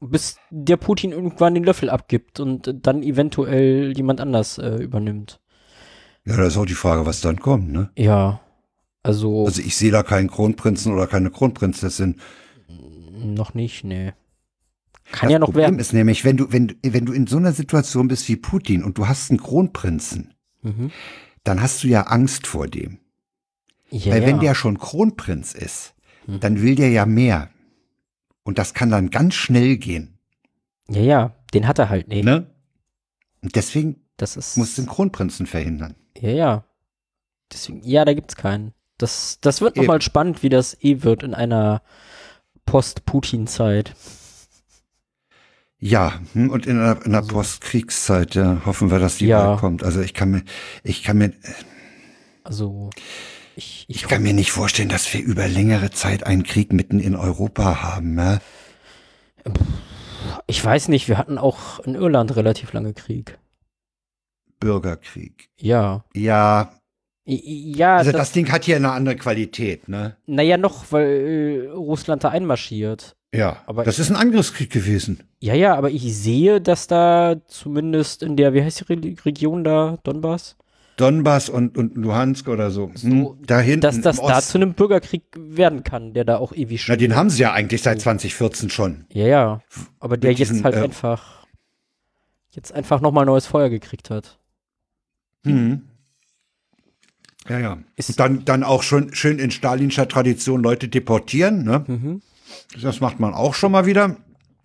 Speaker 2: bis der Putin irgendwann den Löffel abgibt und äh, dann eventuell jemand anders äh, übernimmt.
Speaker 1: Ja, das ist auch die Frage, was dann kommt, ne?
Speaker 2: Ja. Also,
Speaker 1: Also ich sehe da keinen Kronprinzen oder keine Kronprinzessin.
Speaker 2: noch nicht, nee. Kann
Speaker 1: das
Speaker 2: ja noch
Speaker 1: Problem
Speaker 2: werden.
Speaker 1: ist nämlich, wenn du, wenn, du- wenn du in so einer Situation bist wie Putin und du hast einen Kronprinzen,
Speaker 2: Mhm.
Speaker 1: dann hast du ja Angst vor dem.
Speaker 2: Ja,
Speaker 1: Weil wenn
Speaker 2: ja.
Speaker 1: der schon Kronprinz ist, dann will der ja mehr. Und das kann dann ganz schnell gehen.
Speaker 2: ja, ja, den hat er halt nicht.
Speaker 1: Ne? Und deswegen
Speaker 2: Das ist.
Speaker 1: musst du den Kronprinzen verhindern.
Speaker 2: Ja, ja. Deswegen, ja, da gibt's keinen. Das, das wird nochmal spannend, wie das eh wird in einer Post-Putin-Zeit.
Speaker 1: Ja, hm, und in einer, in einer Postkriegszeit ja, hoffen wir, dass die
Speaker 2: Ja.
Speaker 1: bald kommt. Also ich kann mir, ich kann mir,
Speaker 2: Also, ich,
Speaker 1: ich
Speaker 2: ich,
Speaker 1: kann mir nicht vorstellen, dass wir über längere Zeit einen Krieg mitten in Europa haben. Ne?
Speaker 2: ich weiß nicht, wir hatten auch in Irland relativ lange Krieg.
Speaker 1: Bürgerkrieg.
Speaker 2: Ja.
Speaker 1: Ja,
Speaker 2: I- i- Ja,
Speaker 1: also das,
Speaker 2: Ah, das,
Speaker 1: Ding hat hier eine andere Qualität, ne?
Speaker 2: naja, noch, weil äh, Russland da einmarschiert.
Speaker 1: Ja,
Speaker 2: Aber-
Speaker 1: das ist ein Angriffskrieg gewesen.
Speaker 2: Ja, ja, aber ich sehe, dass da zumindest in der, wie heißt die Re Region da, Donbass?
Speaker 1: Donbass und, und Luhansk oder so.
Speaker 2: So,
Speaker 1: hm, da hinten
Speaker 2: Dass das
Speaker 1: im
Speaker 2: da
Speaker 1: Osten.
Speaker 2: zu einem Bürgerkrieg werden kann, der da auch ewig
Speaker 1: Na,
Speaker 2: schon.
Speaker 1: den haben sie ja eigentlich
Speaker 2: Oh.
Speaker 1: seit 2014 schon.
Speaker 2: Ja, ja. Aber der
Speaker 1: mit diesen,
Speaker 2: jetzt halt
Speaker 1: äh,
Speaker 2: einfach jetzt einfach nochmal neues Feuer gekriegt hat.
Speaker 1: Ja, ja.
Speaker 2: Ist-
Speaker 1: Und dann, dann auch schon schön in stalinscher Tradition Leute deportieren. Ne? Das macht man auch schon mal wieder.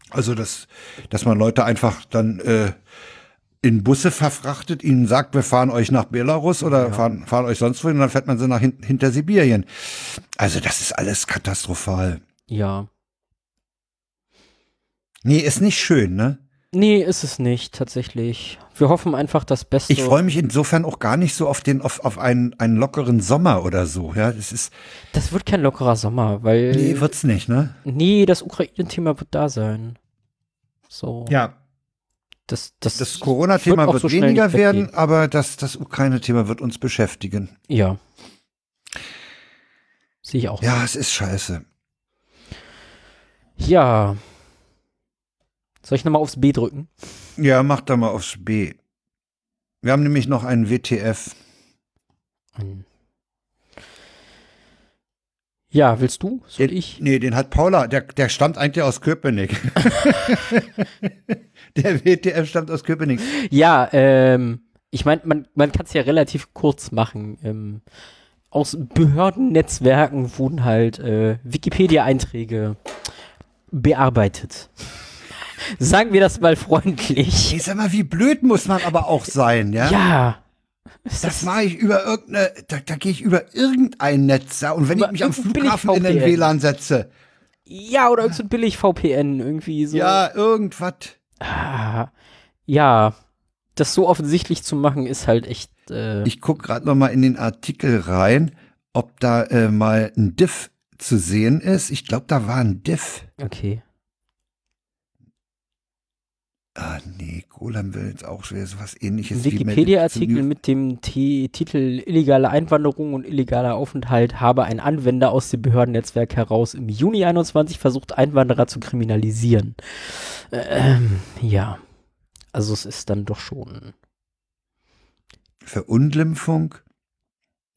Speaker 1: Also, das, dass man Leute einfach dann äh, in Busse verfrachtet, ihnen sagt, wir fahren euch nach Belarus oder fahren, fahren euch sonst wohin und dann fährt man sie nach hin, hinter Sibirien. Also, das ist alles katastrophal.
Speaker 2: Ja.
Speaker 1: Nee, ist nicht schön, ne?
Speaker 2: Nee, ist es nicht, tatsächlich. Wir hoffen einfach das Beste.
Speaker 1: Ich freue mich insofern auch gar nicht so auf den auf, auf einen, einen lockeren Sommer oder so. Ja, das ist
Speaker 2: das wird kein lockerer Sommer, weil.
Speaker 1: nee, wird's nicht, ne?
Speaker 2: nee das Ukraine-Thema wird da sein. So.
Speaker 1: Ja,
Speaker 2: Das, das,
Speaker 1: das Corona-Thema
Speaker 2: auch
Speaker 1: wird,
Speaker 2: so schnell
Speaker 1: weniger
Speaker 2: nicht weggehen.
Speaker 1: werden, aber das das Ukraine-Thema wird uns beschäftigen.
Speaker 2: Ja. Sehe ich auch.
Speaker 1: Ja, es ist scheiße.
Speaker 2: Ja. Soll ich nochmal aufs B drücken?
Speaker 1: Ja, mach da mal aufs B. Wir haben nämlich noch einen WTF.
Speaker 2: Ein- Ja, willst du? Soll
Speaker 1: Den,
Speaker 2: ich?
Speaker 1: Nee, den hat Paula. Der, der stammt eigentlich aus Köpenick. der WTF stammt aus Köpenick.
Speaker 2: Ja, ähm, ich meine, man, man kann es ja relativ kurz machen. Ähm, aus Behördennetzwerken wurden halt äh, Wikipedia-Einträge bearbeitet. Sagen wir das mal freundlich.
Speaker 1: Ich sag mal, wie blöd muss man aber auch sein, ja?
Speaker 2: Ja. Ist
Speaker 1: Das mache ich über irgendeine, da, da gehe ich über irgendein Netz. Ja? Und wenn ich
Speaker 2: Über
Speaker 1: mich am
Speaker 2: irgendein billig
Speaker 1: Flughafen in den
Speaker 2: VPN.
Speaker 1: WLAN setze,
Speaker 2: ja, oder irgend so ein Billig-VPN irgendwie so.
Speaker 1: ja, irgendwas.
Speaker 2: Ah, ja. Das so offensichtlich zu machen ist halt echt. Äh,
Speaker 1: Ich gucke gerade noch mal in den Artikel rein, ob da äh, mal ein Diff zu sehen ist. Ich glaube, da war ein Diff.
Speaker 2: okay.
Speaker 1: Ah, nee, Golem will jetzt auch wieder sowas ähnliches.
Speaker 2: Ein
Speaker 1: wie mit-
Speaker 2: Wikipedia-Artikel mit dem T Titel Illegale Einwanderung und illegaler Aufenthalt habe ein Anwender aus dem Behördennetzwerk heraus im Juni 21 versucht, Einwanderer zu kriminalisieren. Ähm, ja. Also es ist dann doch schon.
Speaker 1: Verunglimpfung.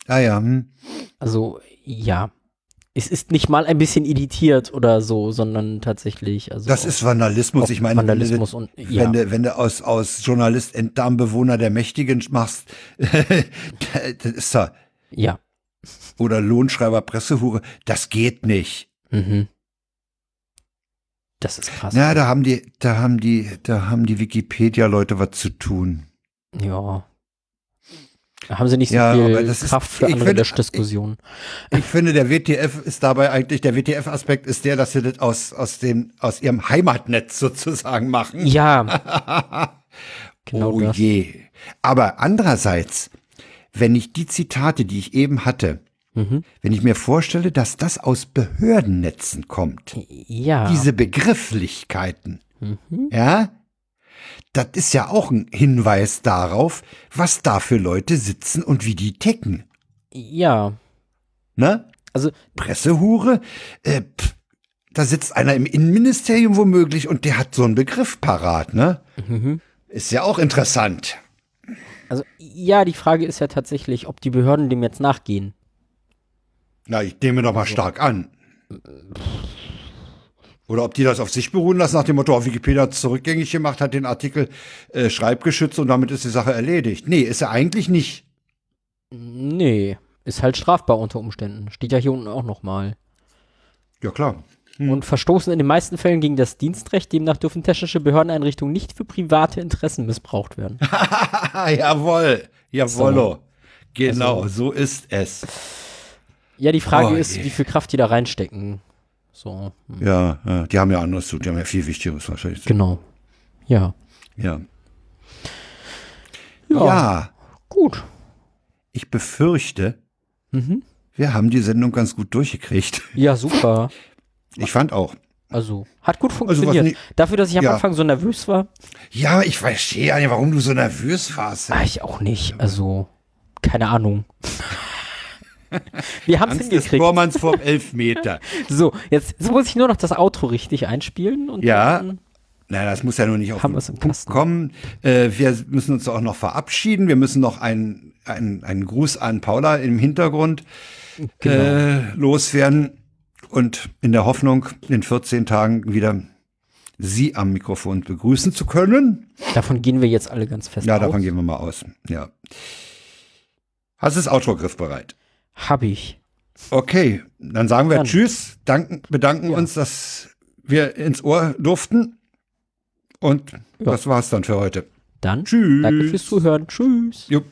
Speaker 1: Ah ja, hm.
Speaker 2: Also, ja. Es ist nicht mal ein bisschen editiert oder so, sondern tatsächlich. Also
Speaker 1: das ist Vandalismus.
Speaker 2: auf
Speaker 1: Ich meine,
Speaker 2: Vandalismus und
Speaker 1: wenn,
Speaker 2: ja.
Speaker 1: wenn du, wenn du aus, aus Journalist Enddarmbewohner der Mächtigen machst, das ist er.
Speaker 2: ja.
Speaker 1: Oder Lohnschreiber Pressehure, das geht nicht.
Speaker 2: Mhm. Das ist krass.
Speaker 1: Na, da haben die, da haben die, da haben die Wikipedia-Leute was zu tun.
Speaker 2: Ja. Da haben sie nicht so
Speaker 1: Ja, aber
Speaker 2: viel
Speaker 1: das ist-
Speaker 2: Kraft für
Speaker 1: ich
Speaker 2: andere
Speaker 1: finde-
Speaker 2: Diskussionen.
Speaker 1: Ich finde, der WTF ist dabei eigentlich, der WTF-Aspekt ist der, dass sie das aus, aus dem, aus ihrem Heimatnetz sozusagen machen.
Speaker 2: Ja, genau
Speaker 1: oh
Speaker 2: das.
Speaker 1: je. Aber andererseits, wenn ich die Zitate, die ich eben hatte,
Speaker 2: Mhm.
Speaker 1: wenn ich mir vorstelle, dass das aus Behördennetzen kommt,
Speaker 2: Ja.
Speaker 1: diese Begrifflichkeiten, ja, das ist ja auch ein Hinweis darauf, was da für Leute sitzen und wie die ticken.
Speaker 2: ja.
Speaker 1: Ne?
Speaker 2: Also,
Speaker 1: Pressehure? Äh, pff, da sitzt einer im Innenministerium womöglich und der hat so einen Begriff parat, ne? Ist ja auch interessant.
Speaker 2: also, ja, die Frage ist ja tatsächlich, ob die Behörden dem jetzt nachgehen.
Speaker 1: Na, ich nehme doch mal stark an. Oder ob die das auf sich beruhen lassen, nach dem Motto, auf Wikipedia hat's zurückgängig gemacht, hat den Artikel äh, schreibgeschützt und damit ist die Sache erledigt. Nee, ist er eigentlich nicht.
Speaker 2: Nee, ist halt strafbar unter Umständen. Steht ja hier unten auch nochmal.
Speaker 1: Ja, klar.
Speaker 2: Und verstoßen in den meisten Fällen gegen das Dienstrecht. Demnach dürfen technische Behördeneinrichtungen nicht für private Interessen missbraucht werden.
Speaker 1: Jawoll. Jawollo. Genau, so ist es.
Speaker 2: Ja, die Frage
Speaker 1: Oh
Speaker 2: ist,
Speaker 1: je.
Speaker 2: wie viel Kraft die da reinstecken. So, hm,
Speaker 1: Ja, ja, die haben ja anderes zu, die haben ja viel Wichtigeres wahrscheinlich. zu-
Speaker 2: genau. Ja.
Speaker 1: Ja.
Speaker 2: Ja.
Speaker 1: Ja,
Speaker 2: Gut.
Speaker 1: ich befürchte, wir haben die Sendung ganz gut durchgekriegt.
Speaker 2: Ja, super.
Speaker 1: Ich fand auch.
Speaker 2: Also, hat gut
Speaker 1: was
Speaker 2: funktioniert.
Speaker 1: nie-
Speaker 2: Dafür, dass ich am
Speaker 1: Ja.
Speaker 2: Anfang so nervös war,
Speaker 1: Ja, ich verstehe ja nicht, warum du so nervös warst.
Speaker 2: war Ah, ich auch nicht. Also, keine Ahnung. Wir haben es
Speaker 1: Angst des
Speaker 2: hingekriegt.
Speaker 1: Vormanns vorm Elfmeter.
Speaker 2: So, jetzt, jetzt muss ich nur noch das Outro richtig einspielen. Und
Speaker 1: Ja.
Speaker 2: Dann,
Speaker 1: Nein, das muss ja nur nicht auf
Speaker 2: Mhm. Haben
Speaker 1: den
Speaker 2: wir's im
Speaker 1: Punkt
Speaker 2: Kasten.
Speaker 1: kommen. Äh, wir müssen uns auch noch verabschieden. Wir müssen noch einen, einen, einen Gruß an Paula im Hintergrund
Speaker 2: Genau.
Speaker 1: äh, loswerden. Und in der Hoffnung, in 14 Tagen wieder Sie am Mikrofon begrüßen zu können.
Speaker 2: davon gehen wir jetzt alle ganz fest
Speaker 1: Ja,
Speaker 2: aus.
Speaker 1: davon gehen wir mal aus. Ja. Hast du das Outro griffbereit?
Speaker 2: Hab ich.
Speaker 1: Okay, dann sagen wir
Speaker 2: Dann.
Speaker 1: Tschüss, danken, bedanken uns, dass wir ins Ohr durften. Und das war's dann für heute.
Speaker 2: Dann,
Speaker 1: Tschüss.
Speaker 2: danke fürs Zuhören. Tschüss.
Speaker 1: Jupp.